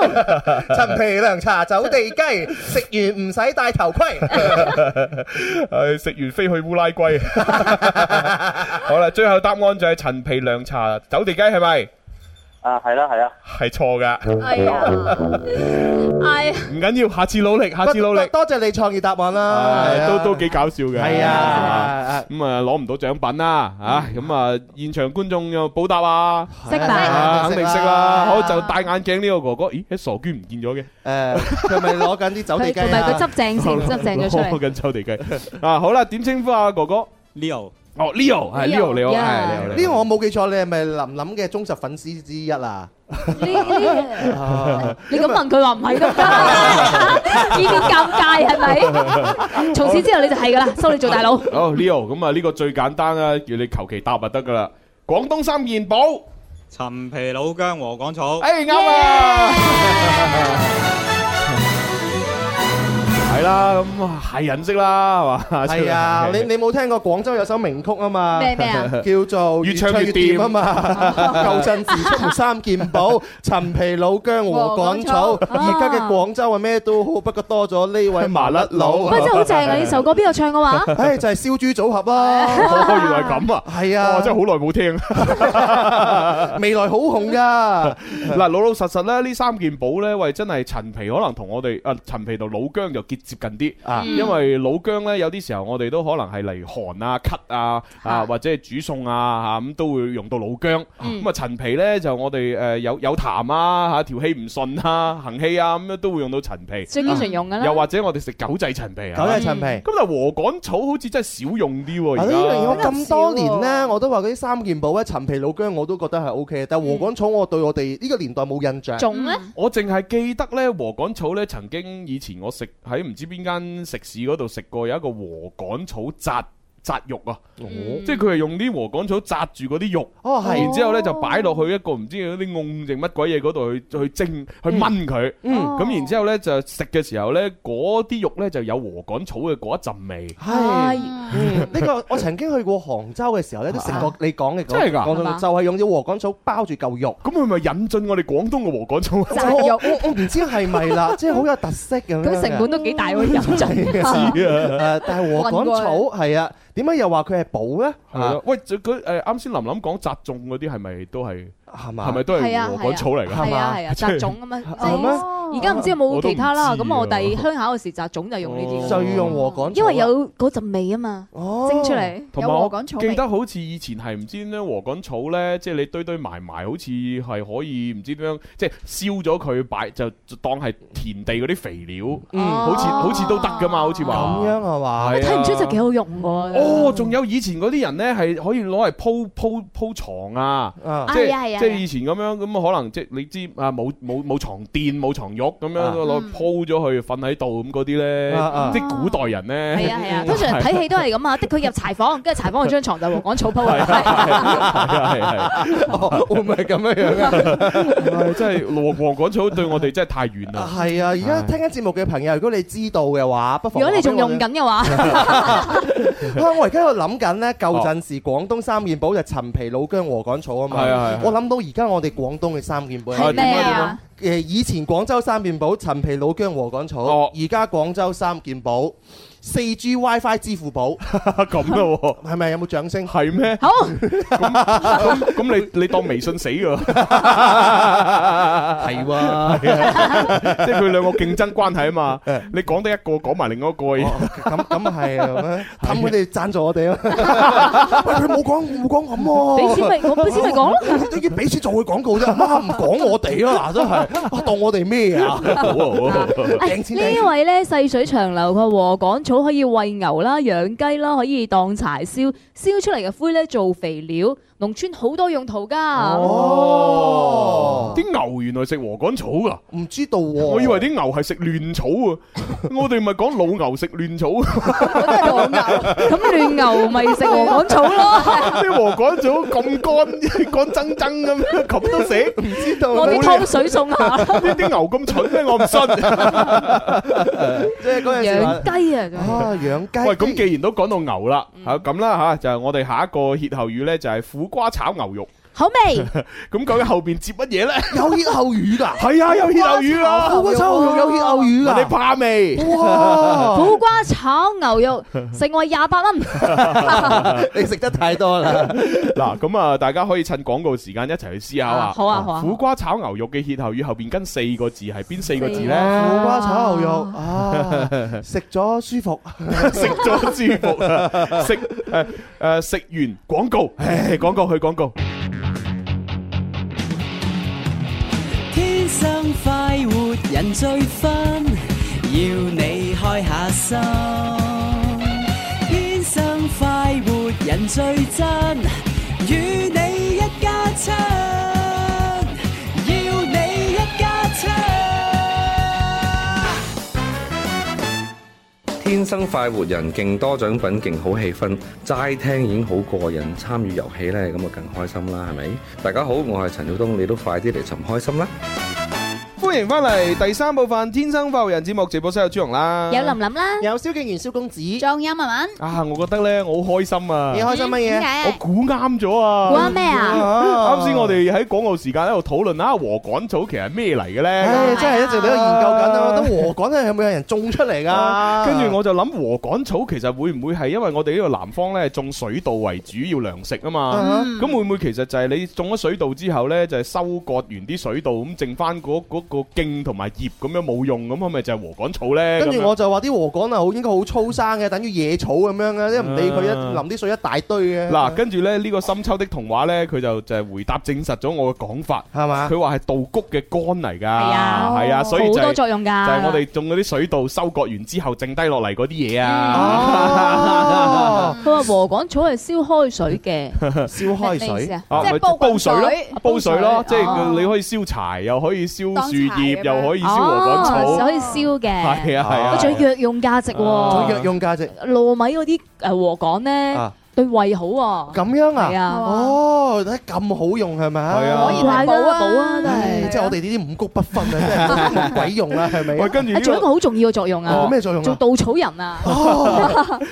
陳皮涼茶走地雞，食完唔使戴頭盔。诶，食完飛去烏拉圭。好啦，最後答案就係陳皮涼茶走地雞係咪？À, 啊，係啦，係啊，係錯噶。哎呀，哎呀，唔緊要，下次努力，下次努力。多多謝你創意答案啦，係唉啊都都幾搞笑嘅，係啊，咁啊攞唔到獎品啦，啊咁啊現場觀眾有冇補答啊？識啦啊肯定識識啦。啦好就戴眼鏡呢個哥哥， 咦？啲傻娟唔見咗嘅，誒，佢咪攞緊啲走地雞佢佢咪佢執正先好啦執正咗出嚟攞緊走地雞啊！好啦，點稱呼啊哥哥？Leo，哦 Leo 係 Leo 你好，係你好呢你個好。我冇記錯，你係咪林林嘅忠實粉絲之一啊？啊你咁問佢話唔係都唔 得，已經尷尬係咪？從此之後你就係㗎啦，收你做大佬。好 Leo，咁啊呢個最簡單啊，叫你求其答就得噶啦。廣東三件寶，陳皮老姜和港草。哎啱啊！係啦，咁啊係人識啦，係嘛？係 啊，你你冇聽過廣州有首名曲啊嘛？咩咩 啊叫做越唱越掂啊嘛！舊陣時出三件寶，陳皮老姜和港草。和港草而家嘅廣州啊咩都好，不過多咗呢位麻甩佬。喂，真係好正啊！呢首歌邊個唱嘅話？唉，就係燒豬組合咯。哦，原來咁 啊！係啊哇真係好耐冇聽。未來好紅噶。 嗱，老老實實咧，呢三件寶咧，喂，真係陳皮可能同我哋啊陳皮同老姜就結接近啲 À. 啊因為老姜咧有啲時候我哋都可能係嚟寒啊、咳啊啊或者係煮餸啊嚇咁都會用到老姜。嗯咁啊陳皮咧就我哋誒有有痰啊嚇條氣唔順啊行氣啊咁樣都會用到陳皮。最經常用啊㗎啦又或者我哋食九製陳皮啊。九製陳皮咁但係禾秆草好似真係少用啲喎。啊而呢家樣嘢我咁多年咧，我都話嗰啲三件寶咧，陳皮老姜我都覺得係 O K 嘅，但係禾秆草我對我哋呢個年代冇印象。嗯仲咧？我淨係記得呢禾秆草呢曾經以前我食喺唔知邊間食肆嗰度食過有一個禾秆草紮紮肉啊，即係佢係用啲禾秆草紮住嗰啲肉，哦係然之後呢就擺落去一個唔知嗰啲甕定乜鬼嘢嗰度去去蒸去炆佢，嗯哦咁然之後呢就食嘅時候呢，嗰啲肉呢就有禾秆草嘅嗰一陣味，係，嗯呢個我曾經去過杭州嘅時候咧，都食過你講嘅嗰啊真係㗎嗰種係嘛就係用啲禾秆草包住嚿肉。咁佢咪引進我哋廣東嘅禾秆草？啊我我我唔知係咪 啦，即係好有特色咁樣嘅。咁成本都啊幾 大喎，引進。 誒但係禾秆草係啊，點解又話佢係寶咧？係咯，喂，就佢誒啱先林林講扎種嗰啲係咪都係係咪都係係啊禾秆草嚟㗎？係啊係 啊，即係雜種咁啊，即係咩係而家唔知有冇其他啦。我都唔知咁啊我哋鄉下嗰時雜種就用呢啲，就要用禾秆草啊因為有嗰陣味啊嘛，哦蒸出嚟同埋我記得好似以前係唔知點樣禾秆草咧，即係你堆堆埋埋，好似係可以唔知點樣，即係燒咗佢擺就就當係田地嗰啲肥料，嗯啊好似好似都得噶嘛，好似話咁樣係嘛？係啊哦睇唔出就幾好用喎。哦，仲有以前嗰啲人咧，係可以攞嚟鋪鋪鋪床啊，哦即係啊係係啊即係係啊以前咁樣咁，可能即係你知啊，冇冇冇床墊冇床褥咁啊樣攞嚟嗯鋪咗佢瞓喺度咁嗰啲咧啊啊，即係古代人咧，係啊係啊，通常睇戲都係咁啊，的佢入柴房，跟住柴房嗰張床就禾秆草 鋪係 啊。係啊係哦係， 會唔會咁樣樣啊？唉真係羅黃廣草對我哋真係太遠啦。係啊，而家聽緊節目嘅朋友，如果你知道嘅話，不如妨果你仲話俾我用哋緊嘅話，啊！我而家喺度諗緊咧，舊陣時廣東三件寶就係陳皮、老姜、禾秆草啊嘛。係啊係啊我諗到而家我哋廣東嘅三件寶係咩啊？誒，以前廣州三件寶，陳皮、老姜、禾秆草。而家廣州三件寶，四 G WiFi 支付寶。咁咯，係咪有冇掌 聲？係咩？好，咁咁你你當微信死㗎？係喎，即係佢兩個競爭關係啊嘛。你講得一個，講埋另外一個。咁咁係啊，氹佢哋贊助我哋啊！喂，佢冇講冇講咁喎，俾錢咪我俾錢咪講咯，都要俾錢做佢廣 告啫，媽唔講我哋啊，嗱真係，啊當我哋咩啊？哎 掟錢呢位咧細水長流嘅禾稈草可以喂牛啦、養雞啦，可以當柴燒，燒出嚟嘅灰咧做肥料，農村好多用途㗎。哦，啲牛原來食禾稈草㗎？唔知道喎，我以為啲牛係食嫩草啊！我哋咪講老牛食嫩草。咁亂牛咪食禾稈草咯。啲禾稈草咁乾乾爭爭咁樣，咁都食？唔知道我啲湯水送下啦呢啲牛咁蠢咩？我唔信。即係嗰陣時話養雞啊，啊養雞。喂，咁既然都講到牛啦，嚇咁啦嚇，就係我哋下一個歇後語咧，就係苦瓜炒牛肉。好味。咁究竟後邊接乜嘢咧？有歇後語㗎，係啊，有歇後語啊，苦瓜炒牛肉有歇後語㗎你怕未？哇苦瓜炒牛肉成為廿八蚊，你食得太 多啦！嗱，咁啊，大家可以趁廣告時間一齊去思考下。啊好啊好啊苦瓜炒牛肉嘅歇後語後邊跟四個字係邊四個字咧？苦瓜炒牛肉啊，食咗舒服，食咗舒服， 食誒誒食完廣告，唉，廣告去廣告。天生快活人最分，要你開下心。天生快活人最真，與你一家親，要你一家親。天生快活人，勁多獎品，勁好氣氛，齋聽已經好過癮，參與遊戲呢，咁啊更開心啦，係咪？大家好，我係陳曉東，你都快啲嚟尋開心啦！歡迎翻嚟第三部分《天生快活人》節目，直播室有朱紅啦，有林琳啦，有蕭敬元、蕭公子，仲有文文，啊！我覺得咧，我好開心啊！你開心乜嘢點解我估啱咗啊！估啱咩 à. Ờ. 啊啱先我哋喺廣告時間喺度討論啊，禾稈草其實係咩嚟嘅唉，咧？真係一直都喺度研究緊啊！我覺得禾稈咧有冇有人種出嚟㗎？啊跟住我就諗禾稈草其實會唔會係因為我哋呢個南方咧種水稻為主要糧食啊嘛？嗯咁會唔會其實就係你種咗水稻之後咧，就係收割完啲水稻咁剩翻嗰嗰個莖同埋葉咁樣冇用，咁係咪就係禾稈草咧？跟咁住樣我就話啲禾稈啊，好應該好粗生嘅，等於野草咁樣嘅，即係唔理佢啊一淋啲水一大堆嘅。嗱，跟住咧呢個深秋的童話咧，佢就就係回答證實咗我嘅講法，係嘛？佢話係稻谷嘅杆嚟㗎，係啊係啊，所以就係好多作用㗎就係我哋種嗰啲水稻收割完之後剩低落嚟嗰啲嘢嗯啊。佢話禾稈草係燒開水嘅，燒開咩意思啊啊即係咪煲滾煲水咯水，煲水煲咯，即水係哦你可以燒柴，又可以燒當樹柴葉，咁又可以燒禾稈哦，可以草，燒嘅， 係哦啊係啊佢仲有藥用價值喎，仲有藥用價值。糯米嗰啲誒禾稈咧啊，對胃好喎。咁樣係啊啊？哦，睇咁好用係咪啊？係啊果然係補啊補啊真係唉即係我哋呢啲五谷不分啊，真係冇鬼用啦，係咪？喂跟住呢誒個啊仲有一個好重要嘅作用啊！哦咩作用啊哦做稻草人啊！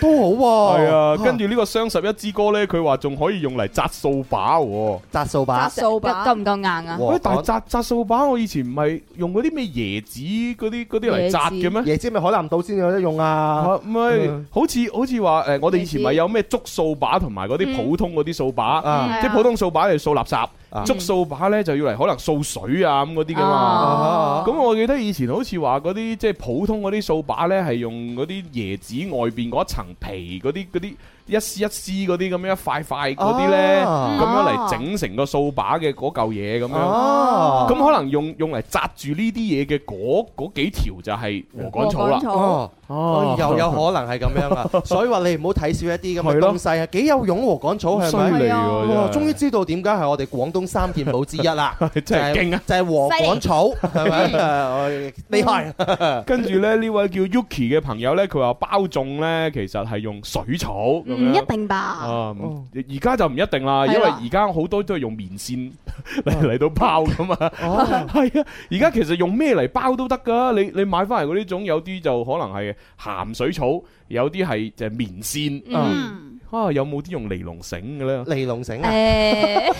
都好係啊，跟住呢個雙十一之歌咧，佢話仲可以用嚟紮掃把喎，紮掃把夠夠唔夠硬啊？喂，但係紮紮掃把，我以前唔係用嗰啲咩椰子嗰啲嗰啲嚟紮嘅咩？椰子咪海南島先有得用啊！唔係，好似好似話呃誒，我哋以前咪有咩竹掃把同埋嗰嗯啲普通嗰啲掃把，嗯即係普通掃把嚟掃垃啊圾，竹掃把咧就要嚟可能掃水啊咁嗰啲噶嘛哦。咁我記得以前好似話嗰啲即係普通嗰啲掃把咧係用嗰啲椰子外邊嗰一層皮嗰啲嗰啲。一絲一絲嗰啲咁樣一塊塊嗰啲咧，哦咁樣嚟整成個掃把嘅嗰嚿嘢咁哦樣，咁可能用用嚟紮住呢啲嘢嘅嗰嗰幾條就係禾稈草啦。哦，哦又有可能係咁樣啊！ 所以話你唔好睇少一啲咁係嘅咯啊東西啊，幾有用禾稈草係咪？犀利喎哇真係終於知道點解係我哋廣東三件寶之一啦！ 真係勁啊！就係禾稈草係咪？我 厲害！跟住咧，呢位叫 Yuki 嘅朋友咧，佢話包種咧，其實係用水草咁唔嗯一樣。定吧？啊，唔而家就唔一定啦，係啦因為而家好多都係用棉線 嚟嚟到包噶嘛。 係啊，而家其實用咩嚟包都得噶。你你買翻嚟嗰啲種，有啲就可能係鹹水草，有啲係就係棉線。嗯啊，有冇啲用尼龍繩嘅咧？哦尼龍繩啊誒，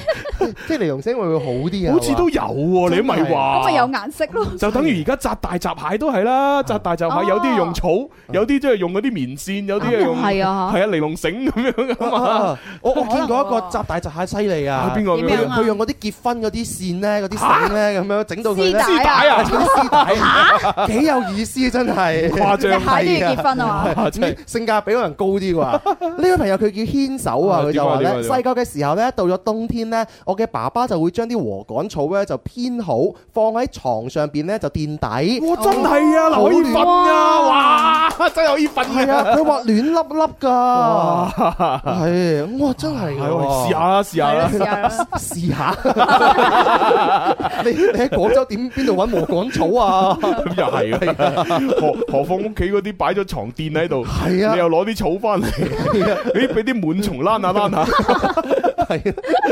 即係尼龍繩會唔會好啲啊？好似都有喎，你咪話咁咪有顏色咯。就等於而家紮大閘蟹都係啦，紮大閘蟹有啲用草，有啲即係用嗰啲棉線， 有啲係用咁又係啊係啊尼龍繩咁樣 噶嘛啊。我我見過一個紮大閘蟹犀利啊！係邊個佢點樣用啊佢用嗰啲結婚嗰啲線咧，嗰啲繩咧咁樣整到佢咧絲帶 啊嗰啲絲帶 幾有意思真係誇張隻蟹係啊都要結婚 啊嘛唔知性價比可能高 啲啩？呢位朋友佢叫牽手啊，啊佢就話點咧啊點啊點啊細個嘅時候咧，到咗冬天咧，我嘅爸爸就會將啲禾稈草咧就編好放喺床上邊咧就墊底。哦哇！真係啊，嗱可以瞓啊，哇！真係可以瞓係啊，佢話暖粒粒㗎。係，哇！真啊係係啊喂喎，試下啦試下啦係 啦試下。你你喺廣州點邊度揾禾稈草啊？咁又係 嘅，何何況屋企嗰啲擺咗床墊喺度，係啊你又攞啲草翻嚟， 咦俾啲螨蟲躝下躝下， 係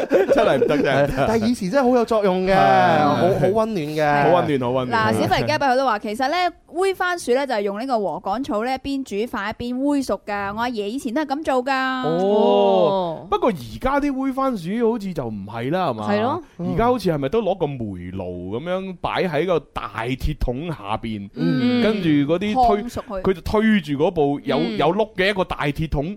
真係唔得真係。啊但係以前真係好有作用嘅，好好温暖嘅，好温暖好温嗱，暖。小肥雞佢都話，其實咧煨番薯咧就係用呢個禾稈草咧邊煮飯一邊煨熟㗎。我阿爺以前都係咁做㗎。哦，不過而家啲煨番薯好似就唔係啦，係嘛？係咯而家好似係咪都攞個煤爐咁樣擺喺個大鐵桶下邊，嗯跟住嗰烘熟啲推，佢佢就推住嗰部有嗯有碌嘅一個大鐵桶，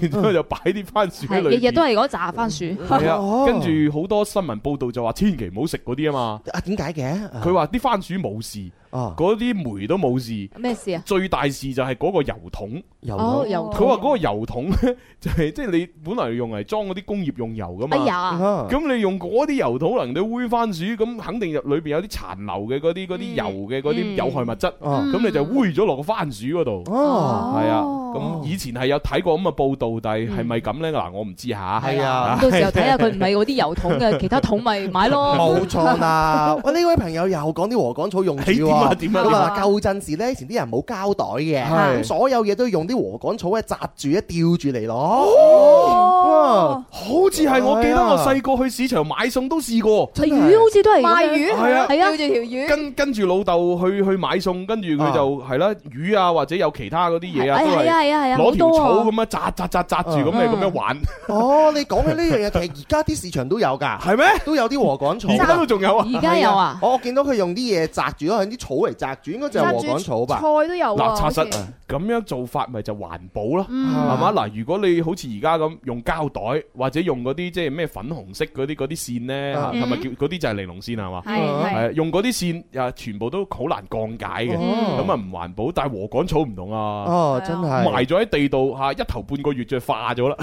然之後就擺啲番薯喺係裏日日邊都。係哦嗰扎番薯，係啊，哦跟住好多新聞報道就話千祈唔好食嗰啲啊嘛。啊，點解嘅？啊哦佢話啲番薯冇事，嗰啲梅都冇事。咩事啊？最大事就係嗰個油桶，油桶哦油桶佢話嗰個油桶咧， 就係即係你本來用嚟裝嗰啲工業用油啊噶嘛。哎啊呀咁你用嗰啲油桶能你煨番薯，咁肯定入裏邊有啲殘留嘅嗰啲嗰啲油嘅嗰啲嗯有害物質，嗯咁你就煨咗落個番薯嗰度。哦係啊。咁以前係有睇過咁嘅報道，但係係嗯咪咁咧？嗱，我唔知吓。係啊到時候睇下佢唔係嗰啲油 桶嘅，其他桶咪買咯。哎冇錯啦！ 喂，呢位朋友又講啲禾稈草用處點啊喎，點啊佢點話啊舊陣時咧，以前啲人冇膠袋嘅，係咁所有嘢都用啲禾稈草咧紮住咧吊住嚟攞。哦，好似係我記得我細個去市場買餸都試過。魚好似都係咁賣樣魚係啊係啊，吊住條魚。跟跟住老豆去去買餸，跟住佢就係啦魚啊，或者有其他嗰啲嘢啊，係都係啊係啊係啊攞條好多啊嗯草咁樣扎扎扎扎住咁嚟咁樣玩，哦，你講起呢樣嘢，其實而家啲市場都有 㗎，係咩？都有啲禾嗯稈草，而家都仲有啊而家有啊 係我我見到佢用啲嘢紮住咯，用啲草嚟紮住，應該就係禾稈草吧。菜都有啊。嗱，好查似實咁樣做法咪就環保咯，嗯係嘛？嗱，如果你好似而家咁用膠袋或者用嗰啲即係咩粉紅色嗰啲嗰啲線咧，啊係咪嗯叫嗰啲就係尼龍線係嘛？係係啊用嗰啲線啊，全部都好難降解嘅，哦咁啊唔環保。但係禾稈草唔同啊，哦真係埋咗喺地度嚇，一頭半個月就化咗啦，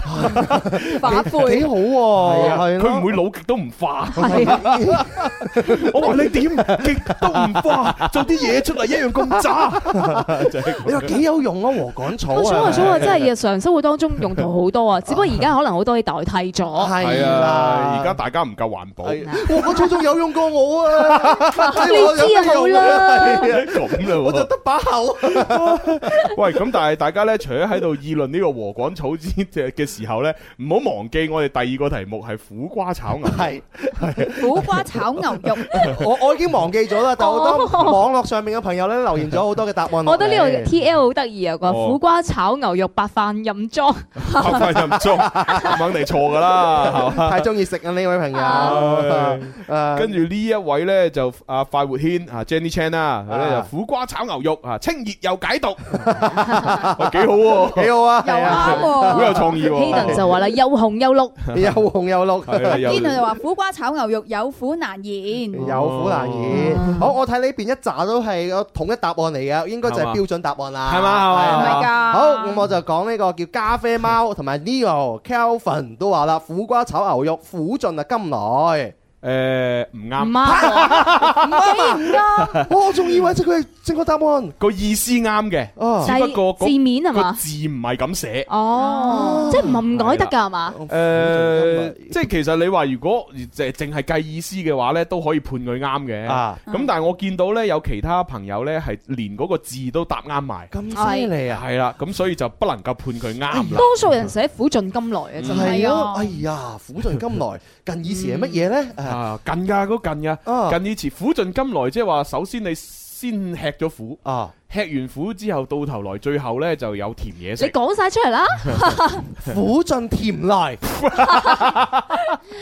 化幾幾好喎，啊哦係佢唔咯。會老極都唔化。係啊我話你點極都唔化，做啲嘢出嚟一樣咁渣。就係咁 你話幾有用啊？禾稈草哦啊，我想話想話，真係日常生活當中用途好多啊，只不過而家可能好多嘢代替咗。係啊，而家大家唔夠環保。禾稈草仲有用過 我啊！你知啊好啦 咁啦，我就得把口。喂，咁但係大家咧，除咗喺度議論呢個禾稈草之嘅嘅時候咧，唔好忘記我哋第二個題目係苦瓜炒 牛。係苦瓜炒牛肉。我我已經忘記咗啦，但好多網絡上面嘅朋友咧留言咗好多嘅答案落嚟。我覺得呢個 T L 好得意啊，個哦苦瓜炒牛肉白飯任裝。白飯任裝，肯定錯噶啦，係嘛太中意食啊呢位朋唉友。誒跟住呢一位咧就啊快活軒啊 Jenny Chan 啦，佢咧就啊苦瓜炒牛肉啊，清熱又解 毒，哇幾好喎，幾好啊又係啊啱喎好有創意喎。 Hayden 就話啦，又紅又綠。又紅又綠，係啊有邊度就話苦瓜炒牛肉有苦難言。有苦難言。好，我睇呢邊一紮都係個統一答案嚟嘅，應該就係標準答案啦。係嘛係嘛係係嘛好，咁啊我就講呢個叫咖啡貓同埋 Neo Kelvin 都話啦，苦瓜炒牛肉苦盡啊甘 來。誒唔啱，唔啱，唔啱，我仲以為即佢係正確答案。個意思啱嘅，哦 只不過嗰但係字面係啊嘛個字唔係咁寫。哦，即係唔改得㗎係嘛？嗯誒，即係其實你話如果淨淨係計意思嘅話呢，都可以判佢啱嘅。啊咁但係我見到呢，有其他朋友呢，係連嗰個字都答啱埋，咁犀利啊！係啦，咁所以就不能夠判佢啱啦多。數人寫苦盡甘來啊，真係係咯啊，，哎呀，苦盡甘來，近以前係乜嘢呢？啊啊，近㗎，嗰近㗎，近以前苦盡甘來，即係話首先你。先吃咗苦啊，吃完苦之後，到頭來最後呢就有甜嘢食 你。講晒出嚟啦，苦盡甜 來。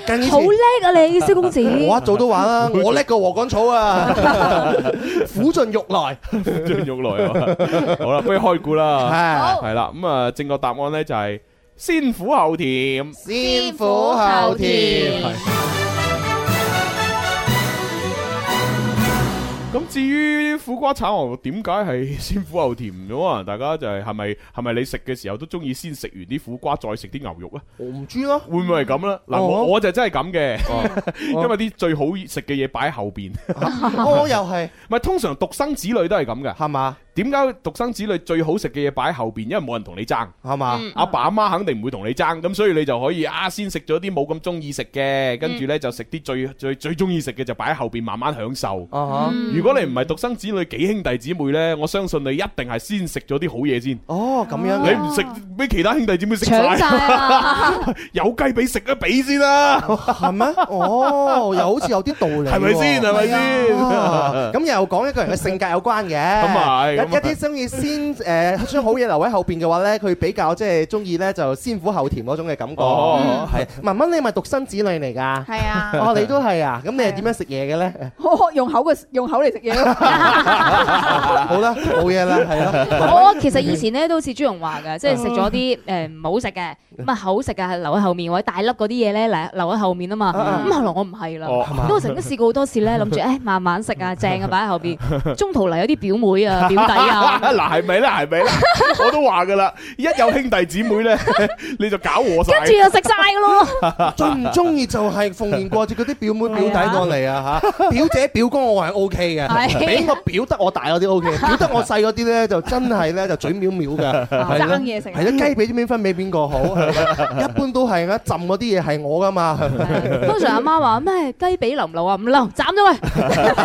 近以前好叻啊你，蕭公子。我一早都玩啦，我叻過禾杆草 啊！苦盡肉來，張玉來啊！好啦，不如開估啦，好係啦，咁啊，正確答案呢就係先苦後甜，先苦後甜係。咁至於苦瓜炒牛點解係先苦後甜咗啊？大家就係係咪係咪你食嘅時候都中意先食完啲苦瓜再食啲牛肉啊？我唔知咯，會唔會係咁啦？嗱，哦我我就真係咁嘅， 因為啲最好食嘅嘢擺喺後邊。我又係唔係通常獨生子女都係咁嘅，係嘛？點解獨生子女最好食嘅嘢擺喺後邊？因為冇人同你爭，係嘛嗯阿爸阿媽肯定唔會同你爭，咁所以你就可以啊，先食咗啲冇咁中意食嘅，跟住呢就食啲最最最中意食嘅就擺喺後邊慢慢享受。啊哈如果你唔係獨生子女幾兄弟姊妹呢，我相信你一定係先食咗啲好嘢先。哦，咁樣你唔食俾其他兄弟姊妹食晒搶晒啊，有雞俾食啊，俾先啦。係咩？哦，又好似有啲道理喎，係咪先係咪先係啊咁又講一個人嘅性格有關嘅，咁係咁一啲中意先誒將好嘢留喺後邊嘅話咧，佢比較即係中意咧就先苦後甜嗰種嘅感覺。哦係文文你咪獨生子女嚟 㗎，係啊哦你都係啊，咁你係點樣食嘢嘅咧？我用口嘅用口嚟食嘢咯。 好啦，冇嘢啦，係啦。我哦其實以前咧都好似朱容話嘅，即係食咗啲誒唔好食嘅，咁啊好食嘅係留喺後面，或者大粒嗰啲嘢咧留留喺後面啊嘛。嗯咁後來我唔係啦，哦係嘛因為我曾經試過好多次咧，諗住誒慢慢食啊，正啊擺喺後邊，中途嚟有啲表妹啊、表弟啊。 嗱係咪啦？係咪啦？我都話噶啦，一有兄弟姊妹咧， 你就搞我晒，跟住就食晒㗎咯。最唔中意就係逢年過節嗰啲 表妹表弟過嚟啊嚇，表姐表哥我係 O K 係嘅，俾我表得我大嗰啲 O K，表得我細嗰啲咧就真係咧就嘴藐藐嘅，係咯爭嘢食啊係咯雞俾邊分俾邊個好， 一般都係啊，浸嗰啲嘢係我噶嘛，通常阿媽話咩雞髀流唔流啊？唔流，斬咗佢，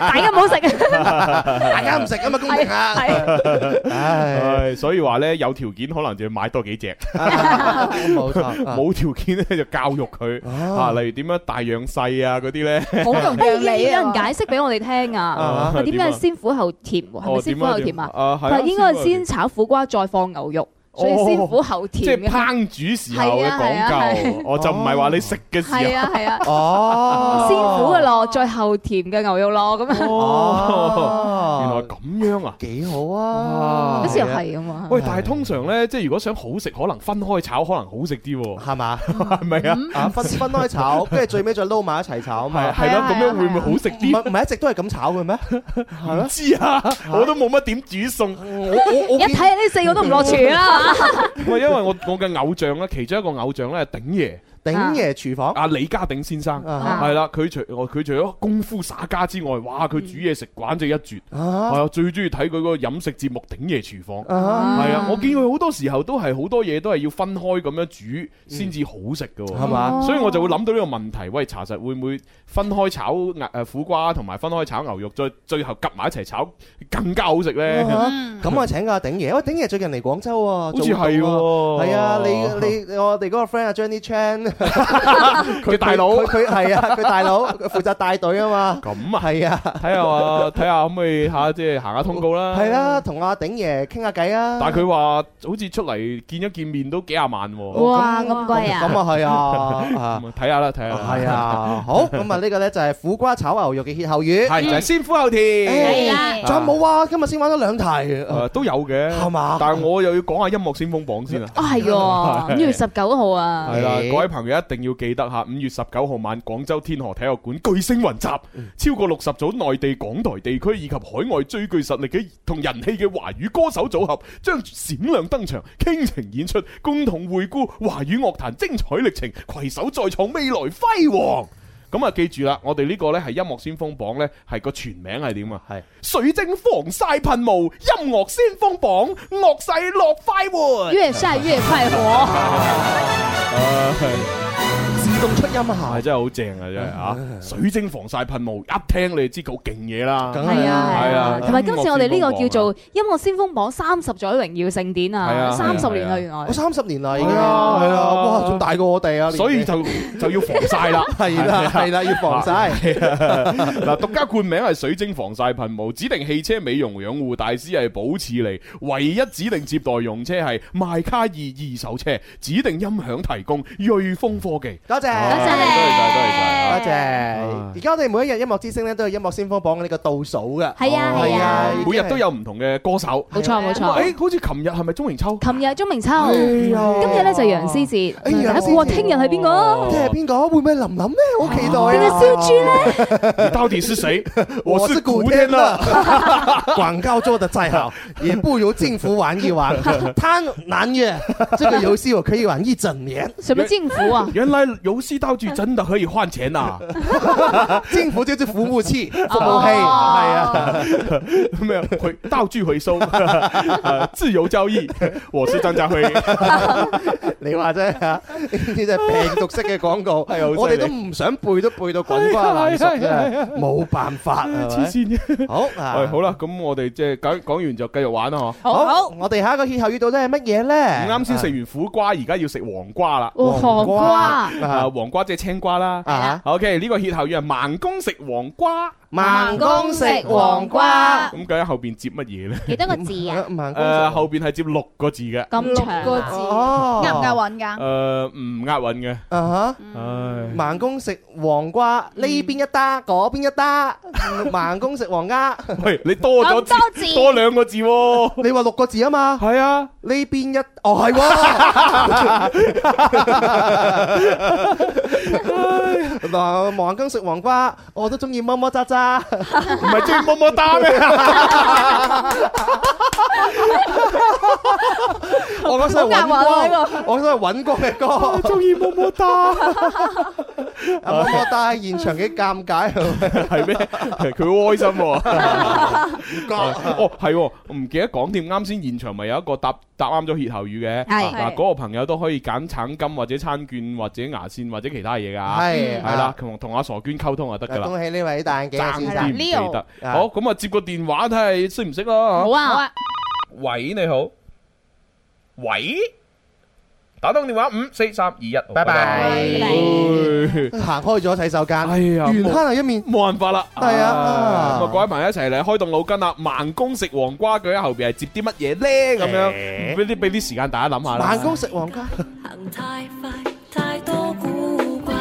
大家唔好食。大家唔食啊嘛，公平啊， 唉，所以話咧，有條件可能就要買多幾隻，冇錯啊冇條件咧就教育佢啊，例如點樣大養細啊嗰啲咧，好容易啊哎有人解釋俾我哋聽啊啊，話點解係點啊先苦後甜喎？係咪哦先苦後甜點啊點啊啊啊？係啊但係應該先苦係後甜先炒苦瓜再放牛肉，所以先苦後即甜係嘅。烹煮時候嘅係啊係啊係講啊究，我就唔係話你食嘅時候，係啊係啊哦先苦嘅咯，再後甜嘅牛肉咯，咁樣。哦，原來咁樣啊，幾好啊好似又係咁啊喂，但係通常咧，即係如果想好食，可能分開炒可能好食啲喎，係嘛？嗯係咪啊？啊分分 開炒，跟住最尾再撈埋一齊炒啊嘛，係係咯係啊咁樣係啊會唔會好食啲唔係唔係一直都係咁炒 嘅咩？係咯唔知啊，我都冇乜點煮餸。一睇呢四個都唔落廚啊啦。唔係因為我我嘅偶像咧，其中一個偶像咧係鼎爺。鼎爺廚房啊，李家鼎先生哦啊係啦，佢除我佢除咗功夫耍家之外，哇，佢煮嘢食簡直一絕，嗯啊係啊，最中意睇佢個飲食節目《鼎爺廚房》，啊係啊，我見佢好多時候都係好多嘢都係要分開咁樣煮先至好食㗎喎，嗯係嘛所以我就會諗到呢個問題，喂，查實會唔會分開炒哦誒苦瓜同埋分開炒牛肉，再最後夾埋一齊炒更加好食啊呢？嗯咁我請個鼎爺，喂，鼎爺最近嚟廣州喎，好嗯好似係喎係啊，你你我哋嗰個 friend 啊，Johnny Chan， 佢大佬佢佢係啊，佢大佬佢負責帶隊啊嘛，咁啊，係啊，睇下話睇下可唔可以吓即係行下通告啦，係啦，同阿鼎爺傾下偈啊，啊但係佢話好似出嚟見一見面都幾廿萬喎。哇，咁貴啊！哦咁啊係啊。 啊咁啊睇下啦，睇下啦。係啊，好咁啊！呢個咧就係苦瓜炒牛肉嘅歇後語，係就係先苦後甜哎係啦誒仲有冇啊？今日先玩咗兩題，誒都有嘅，係嘛？但係我又要講下音樂先鋒榜先啊。啊係喎，五月十九號啊。係啦，各位朋友一定要記得吓，五月十九號晚廣州天河體育館巨星雲集，超過六十組內地、港台地區以及海外最具實力嘅同人氣嘅華語歌手組合，將閃亮登場，傾情演出，共同回顧華語樂壇精彩歷程，攜手再創未來輝煌。咁啊，記住啦，我哋呢個呢係音樂先鋒榜呢係個全名係點啊？係水晶防曬噴霧音樂先鋒榜，樂勢樂快活，越曬越快活。啊係只自動出音效。係真係好正啊！真係嚇，水晶防曬噴霧一聽你就知佢好勁嘢啦，梗係啊，係啊，同埋今次我哋呢個叫做做音樂先鋒榜三十載榮耀盛典係啊啊，三十係啊年啦，原來我三十年啦，已經係啊，係啊，哇，仲大過我哋啊！所以就就要防曬啦， 係啦係啦要防曬係啊嗱，獨家冠名係水晶防曬噴霧，指定汽車美容養護大師係保持利，唯一指定接待用車係邁卡爾二手車，指定音響提供瑞豐科技。多謝，多謝，多啊謝多謝。啊而家我哋每一日音樂之星咧都有音樂先鋒榜嘅呢個倒數嘅，係哦啊係啊每日都有唔同嘅歌手。冇錯冇錯哇誒，好似琴日係咪鍾明秋？琴日係鐘明秋，呀今日咧就係楊思哲，呀第一個哇哎聽日係邊個？聽日係邊個？會唔會係林林咧？好期待定係啊！燒豬咧？你到底是誰？我是古天天樂。 广告做得再好，也不如政府玩 一玩。贪婪月这个游戏我可以玩一整年。什麼政府 啊？原来游戏道具真的可以啊换钱呐！政府就是服務器，服務器係啊。哦， 没有回道具回收， 呃自由交易。 我是张家 辉，你話啫啊嚇，呢啲真係病毒式嘅 廣告，啊好犀利我哋都唔想背都背到滾瓜爛熟係係係係啊啫，冇辦法啊！黐 線嘅。好喂，啊，哎好啦，咁我哋即係講講完就繼續玩啦， 嗬。好，我哋下一個歇後語到底係乜嘢咧？啱先食完苦瓜，而家要食黃瓜啦。哦黃瓜啊，黃瓜即係青瓜啦。啊 OK，呢個歇後語係盲公食黃瓜，盲公食黃瓜咁究竟後邊接乜嘢咧？幾多個字啊？ 誒，後邊係接六個字嘅。咁長啊六個字哦押唔啊押韻啊誒，㗎？唔押韻嘅。啊嗯唉哈！盲公食黃瓜，呢邊一打，嗰邊一打。嗯 盲公食黃瓜，喂，你多咗咁多字，字多兩個字喎。 你話六個字啊嘛？係啊，呢邊一，哦 係喎。嗱，盲公食黃瓜，我都中意麼麼 喳喳，唔係中意麼麼嗒咩？啊我嗰首係尹好押韻啊光呢，我嗰首係尹光嘅 歌。中意麼麼嗒。 阿摩但係現場幾尷 尬，係咩？佢好開心喎。啊哦，係喎，唔記得講添。啱先現場咪有一個答答啱咗歇後語嘅，係嗱嗰個朋友都可以揀橙金或者餐券或者牙線或者其他嘢㗎。係係啦，同同阿傻娟溝通就得㗎啦。恭喜呢位大眼鏡爭先啲生唔記得。好，咁啊接個電話睇下識唔識啦。好啊好啊，喂，你好，喂，打通電話五四三二一，拜拜拜行開咗洗手間，哎呀原坑係一面，冇辦法啦。係啊咁啊，各位朋友一齊嚟開動腦筋啦！盲公食黃瓜，佢喺後邊係接啲乜嘢咧？咁樣俾啲俾啲時間大家諗下啦。盲公食黃瓜。行太快，太多古怪，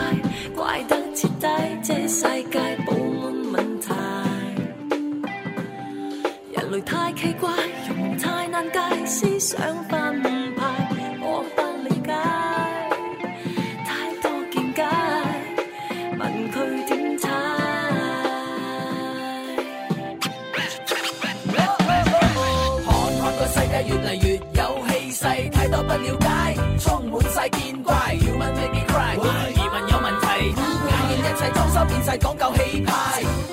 怪得徹底，這世界保安問題。人類太奇怪，容太難解，思想分派，我不理解，太多見解，問佢點解？看看個世界越嚟越有氣勢，太多不了解，充滿晒見怪。Human make me cry，疑問有問題，眼見一切裝修變晒講究氣派。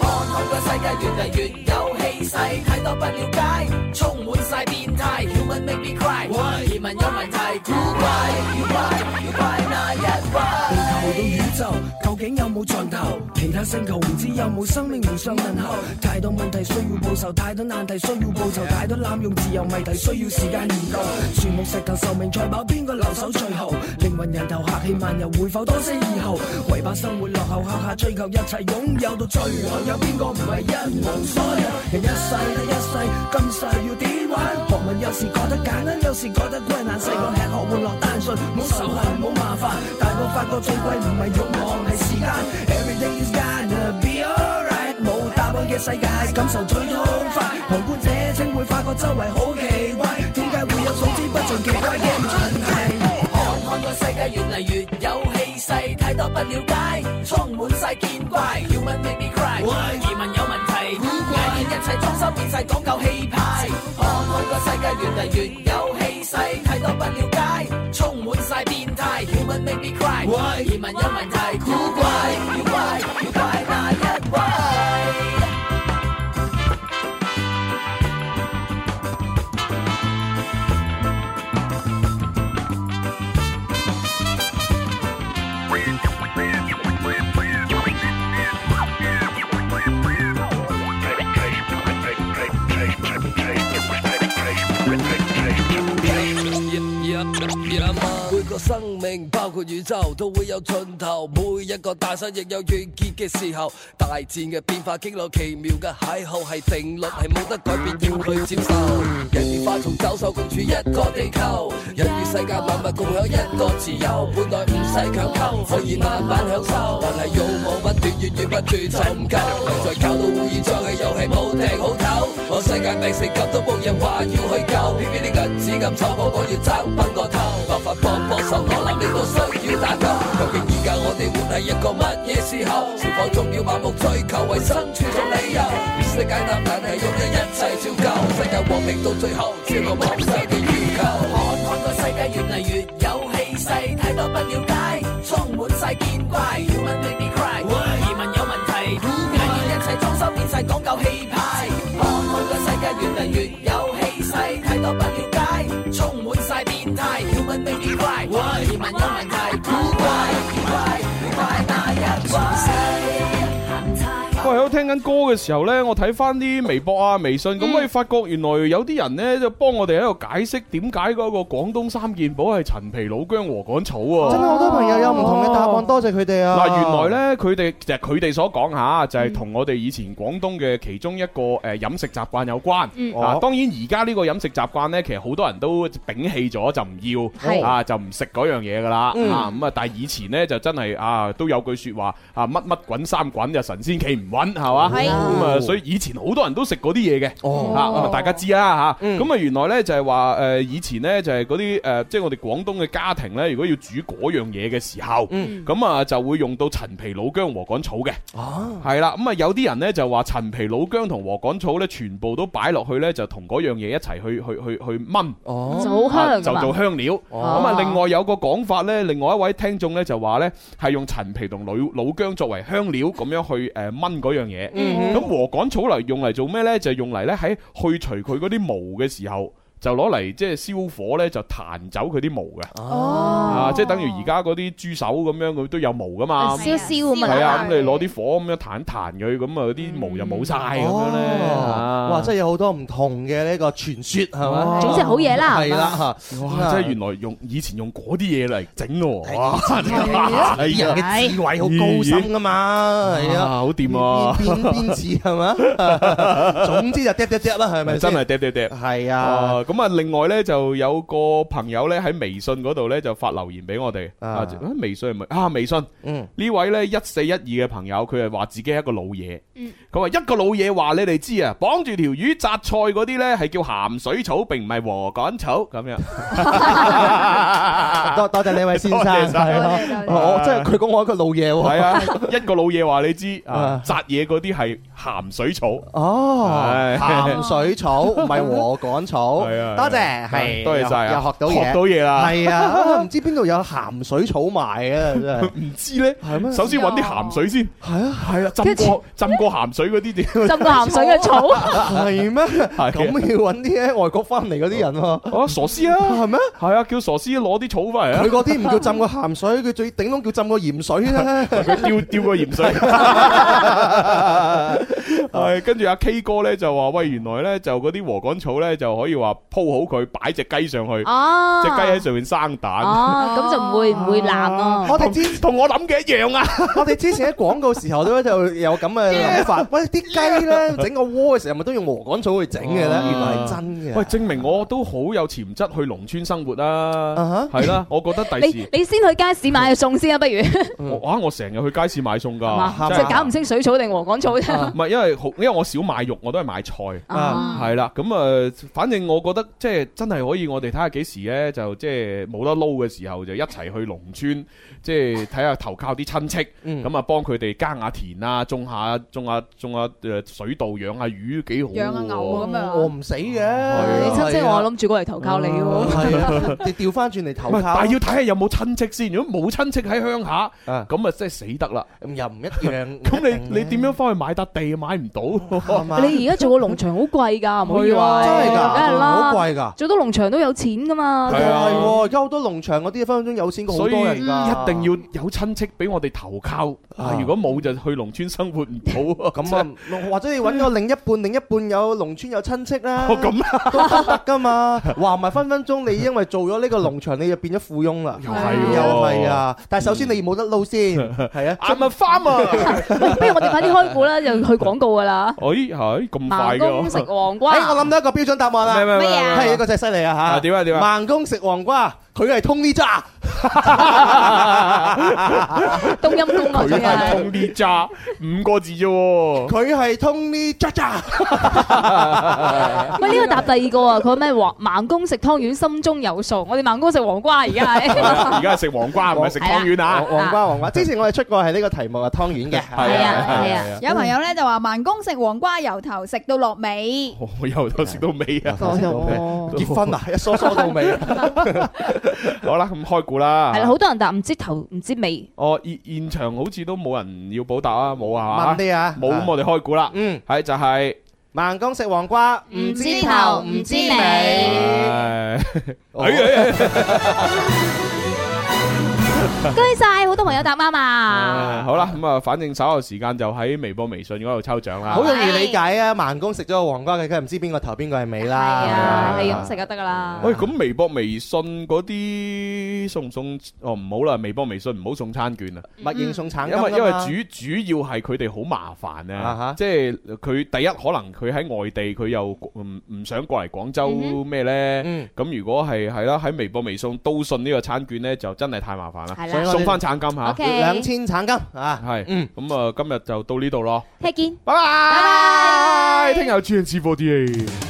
看看個世界越嚟越有氣勢，太多不了解，充滿晒變態。Human make me cry，疑問有問題，古怪妖怪妖怪那一位。地球到宇宙，究竟有冇盡頭？其他星球唔知有冇生命互相問候。太多問題需要報仇，太多難題需要報仇，太多濫用自由謎題需要時間研究。樹木石頭壽命賽跑，邊個留守最後？靈魂人頭客氣漫遊，會否多些以後？為把生活落後，下下追求一切擁有到最後，有邊個唔係一無所有？人一世得一世，今世要點玩？學問有時覺得簡單，有時覺得困難。細個吃喝玩樂單純，冇仇恨冇麻煩，大個發覺最貴唔係欲望係時間。Everything is gonna be alright，冇答案嘅世界，感受最痛快。旁觀者清會發覺周圍好奇怪，點解會有數之不盡奇怪嘅問題？看看個世界越嚟越有氣勢，太多不了解，充滿晒見怪。Human make me cry，疑問有問題，眼見一切裝修變晒講究氣派。看看個世界越嚟越有氣勢，太多不了解，充滿晒變態。Human make me cry，疑問有問題，古怪妖怪妖怪那一位。 Hãy subscribe cho kênh Ghiền Mì Gõ Để không bỏ lỡ 生命，包括宇宙都會有盡頭。每一個誕生亦有完結嘅時候，大戰嘅變化經歷奇妙嘅邂逅係定律，係冇得改變，要去接受。人與花叢走獸共處一個地球，人與世界萬物共享一個自由。本來唔使強求，可以慢慢享受，但係勇武不斷，源源不斷就唔夠。再搞到烏煙瘴氣，遊戲冇定好唞。我世界病成咁，都冇人話要去救，偏偏啲銀紙咁醜，我我要爭崩個頭。麻煩幫幫手，我諗呢度需要打救。究竟而家我哋活喺一個乜嘢時候？是否仲要盲目追求為生存做理由？唔識解答，但係用咗一切照舊。世界和平到最後，只我妄想嘅要求。看看個世界越嚟越有氣勢，太多不了解，充滿晒見怪。Human make me cry，移民有問題，眼見一切裝修變晒講究氣派。看看個世界越嚟越有氣勢，太多不了解，充滿晒變態。Human make me cry，移民有問題，古怪古怪古怪那一怪。喂，喺度聽緊歌嘅時候呢，我睇翻啲微博啊、微信，咁可以發覺原來有啲人呢，就幫我哋喺度解釋點解嗰個廣東三件寶係陳皮、老薑、禾稈草喎。真係好多朋友有唔同嘅答案，多謝佢哋啊！嗱，原來呢，佢哋就係佢哋所講嚇，就係同我哋以前廣東嘅其中一個誒飲食習慣有關。嗯啊哦，當然而家呢個飲食習慣呢，其實好多人都摒棄咗，就唔係要啊，就唔食嗰樣嘢噶啦啊嗯咁啊！但係以前呢，就真係啊，都有句説話啊，乜乜滾三滾就神仙企唔穩係嘛？哦係咁啊，所以以前好多人都食嗰啲嘢嘅。哦，咁啊，大家知啦嚇。嗯咁啊，原來呢，就係話誒，以前呢，就係嗰啲誒，即係我哋廣東嘅家庭呢，如果要煮嗰樣嘢嘅時候，嗯咁啊就會用到陳皮、老薑、禾稈草嘅。啊，係啦，咁啊有啲人呢就話陳皮、老薑同禾稈草呢，全部都擺落去呢，就同嗰樣嘢一齊去去去去炆，就好香啊㗎就嘛做香料。咁哦啊，另外有個講法呢，另外一位聽眾呢就話呢，係用陳皮同老老薑作為香料咁樣去誒炆嗰樣嘢。嗯咁禾稈草嚟用嚟做咩呢？就係用嚟呢，喺去除佢嗰啲毛嘅時候。就攞嚟即係燒火呢，就彈走佢啲毛嘅，哦啊，即係等於而家嗰啲豬手咁樣，佢都有毛噶嘛，燒燒咁啊係啊，咁你攞啲火咁樣彈一彈佢，咁啊啲毛就冇晒咁樣咧。啊哇！真係有好多唔同嘅呢個傳說係嘛，總之好嘢啦係啦嚇，哇！真係原哎來用以前用嗰啲嘢嚟整 喎，哎哇！啲 人嘅智慧好高深噶嘛，係啊，哎好掂啊！邊邊似 係嘛？總之就嗒嗒嗒啦，係哎咪先真係？嗒嗒嗒，係啊！咁啊，另外咧就有個朋友咧喺微信嗰度咧就發留言俾我哋啊，微信係咪啊？微信， 嗯，呢位咧一四一二嘅朋友，佢係話自己係一個老嘢，嗯佢話一個老嘢話你哋知啊，綁住條魚摘菜嗰啲咧係叫鹹水草，並唔係禾稈草咁樣。多多謝呢位先生，多謝晒係啊我真係佢講我一個老嘢喎，係啊，一個老嘢話你知啊啊，摘嘢嗰啲係鹹水草。哦係，鹹水草 唔係禾稈草，係啊多謝，係，多謝晒啊又學到嘢，學到嘢啦 係啊，唔知邊度有鹹水草賣啊，真係唔知咧，係咩？首先揾啲鹹水先，係啊，係啊，浸過浸過鹹水嗰啲點？ 浸過鹹水嘅草 係咩？啊咁要揾啲喺外國翻嚟嗰啲人喎。啊，傻師啊， 係咩？係啊，叫傻師攞啲草翻嚟啊！佢嗰啲唔叫浸過鹹水，佢最頂籠叫浸過鹽水 啦。 佢吊吊過 鹽水。係跟住阿 K 哥咧就話：喂，原來咧就嗰啲禾稈草咧就可以話鋪好佢，擺只雞上 去，哦只雞喺上面生蛋。哦，咁就唔會唔會爛咯。我哋之同我諗嘅一樣啊！我哋之前喺廣告時候都就有咁嘅 諗法。喂，啲雞咧整個窩嘅時候，咪都用禾稈草去整嘅咧？啊原來係真 喂，嘅。證明我都好有潛質去農村生活啊啦，係啦，我覺得第你時你先去街市買餸先啊，不如我啊，我成日去街市買餸 嘛，㗎，即真係係搞唔清水草定禾稈草啫唔。係，因為好，因為我少買肉，我都係買菜，啊係啦。咁啊，反正我覺得即係真係可以，我哋睇下幾時咧，就即係冇得撈嘅時候，就一齊去農村，即係睇下投靠啲親戚，咁啊幫佢哋耕下田啊，種下種下種下誒水稻，養下魚，幾好喎。養下牛咁樣我唔死嘅，你你親戚我諗住過嚟投靠你喎。係啊， 你調翻轉嚟投唔係靠但係要睇下有冇親戚先。如果冇親戚喺鄉下，咁啊真係死得啦。又唔一樣。咁你你點樣翻去買笪地買唔到係嘛你而家做個農場好 貴㗎，唔好以為係啊真係㗎梗係啦，好貴㗎做到農場都有錢㗎嘛，係喎，而家好多農場嗰啲分分鐘有錢過好所以多一人定㗎。要有親戚俾我哋投靠。啊如果冇就去農村生活唔到。咁啊，或者你揾個另一半，另一半有農村有親戚啦，哦咁都得㗎嘛。話唔係分分鐘你因為做咗呢個農場，你就變咗富翁啦。又係喎又係啊！但係首先你冇得撈 先，係啊。 I'm a farmer。不如我哋快啲開 股啦，就去廣告㗎啦。哎，係咁快盲公食嘅。黃瓜，哎我諗到一個標準答案啦。咩咩咩咩咩係呢個真係犀利啊啊嚇！點啊點啊盲公食黃瓜，佢係 通呢渣。冬陰功啊，佢真係係。通啲渣，五個字啫喎。佢係通呢渣渣。喂，呢個答第二個啊，佢話咩黃盲公食湯圓心中有數，我哋盲公食黃瓜而家 係。 而家係食黃瓜，唔係食湯圓啊。黃黃瓜黃瓜，之前我哋出過係呢個題目啊，湯圓嘅。係啊係啊有朋友咧就話盲公食黃瓜，由頭食到落尾。我由頭食到尾啊！結婚啊，一梳梳到 尾。好啦，咁開估啦。係啦，好多人答唔知頭唔知尾。哦，現現場好似都冇人要補答啊，冇啊，問啲啊冇啊咁我哋開估啦，嗯，係就係盲公食黃瓜，唔知頭唔知尾。唉，哎哎該晒，好多朋友答啱啊！哎好啦，咁啊，反正稍後時間就喺微博、微信嗰度抽獎啦，好容易理解啊！盲公食咗個黃瓜，佢梗係唔知邊個頭邊個 係尾啦。係啊，你咁食就得噶啦。喂，咁微博、微信嗰啲送唔送？哦，唔好啦，微博、微信唔好送餐券啊，默認送橙金因為㗎因為主嘛主要係佢哋好麻煩啊啊哈，即係佢第一可能佢喺外地，佢又唔唔想過嚟廣州嗯咩呢？咁如果係係啦，喺微博、微信都信呢個餐券呢，就真係太麻煩係啦啦，送翻橙金嚇， OK 兩千橙金啊！係，咁啊今日就到呢度咯，聽見，拜拜，聽日有 G N C 4 D A。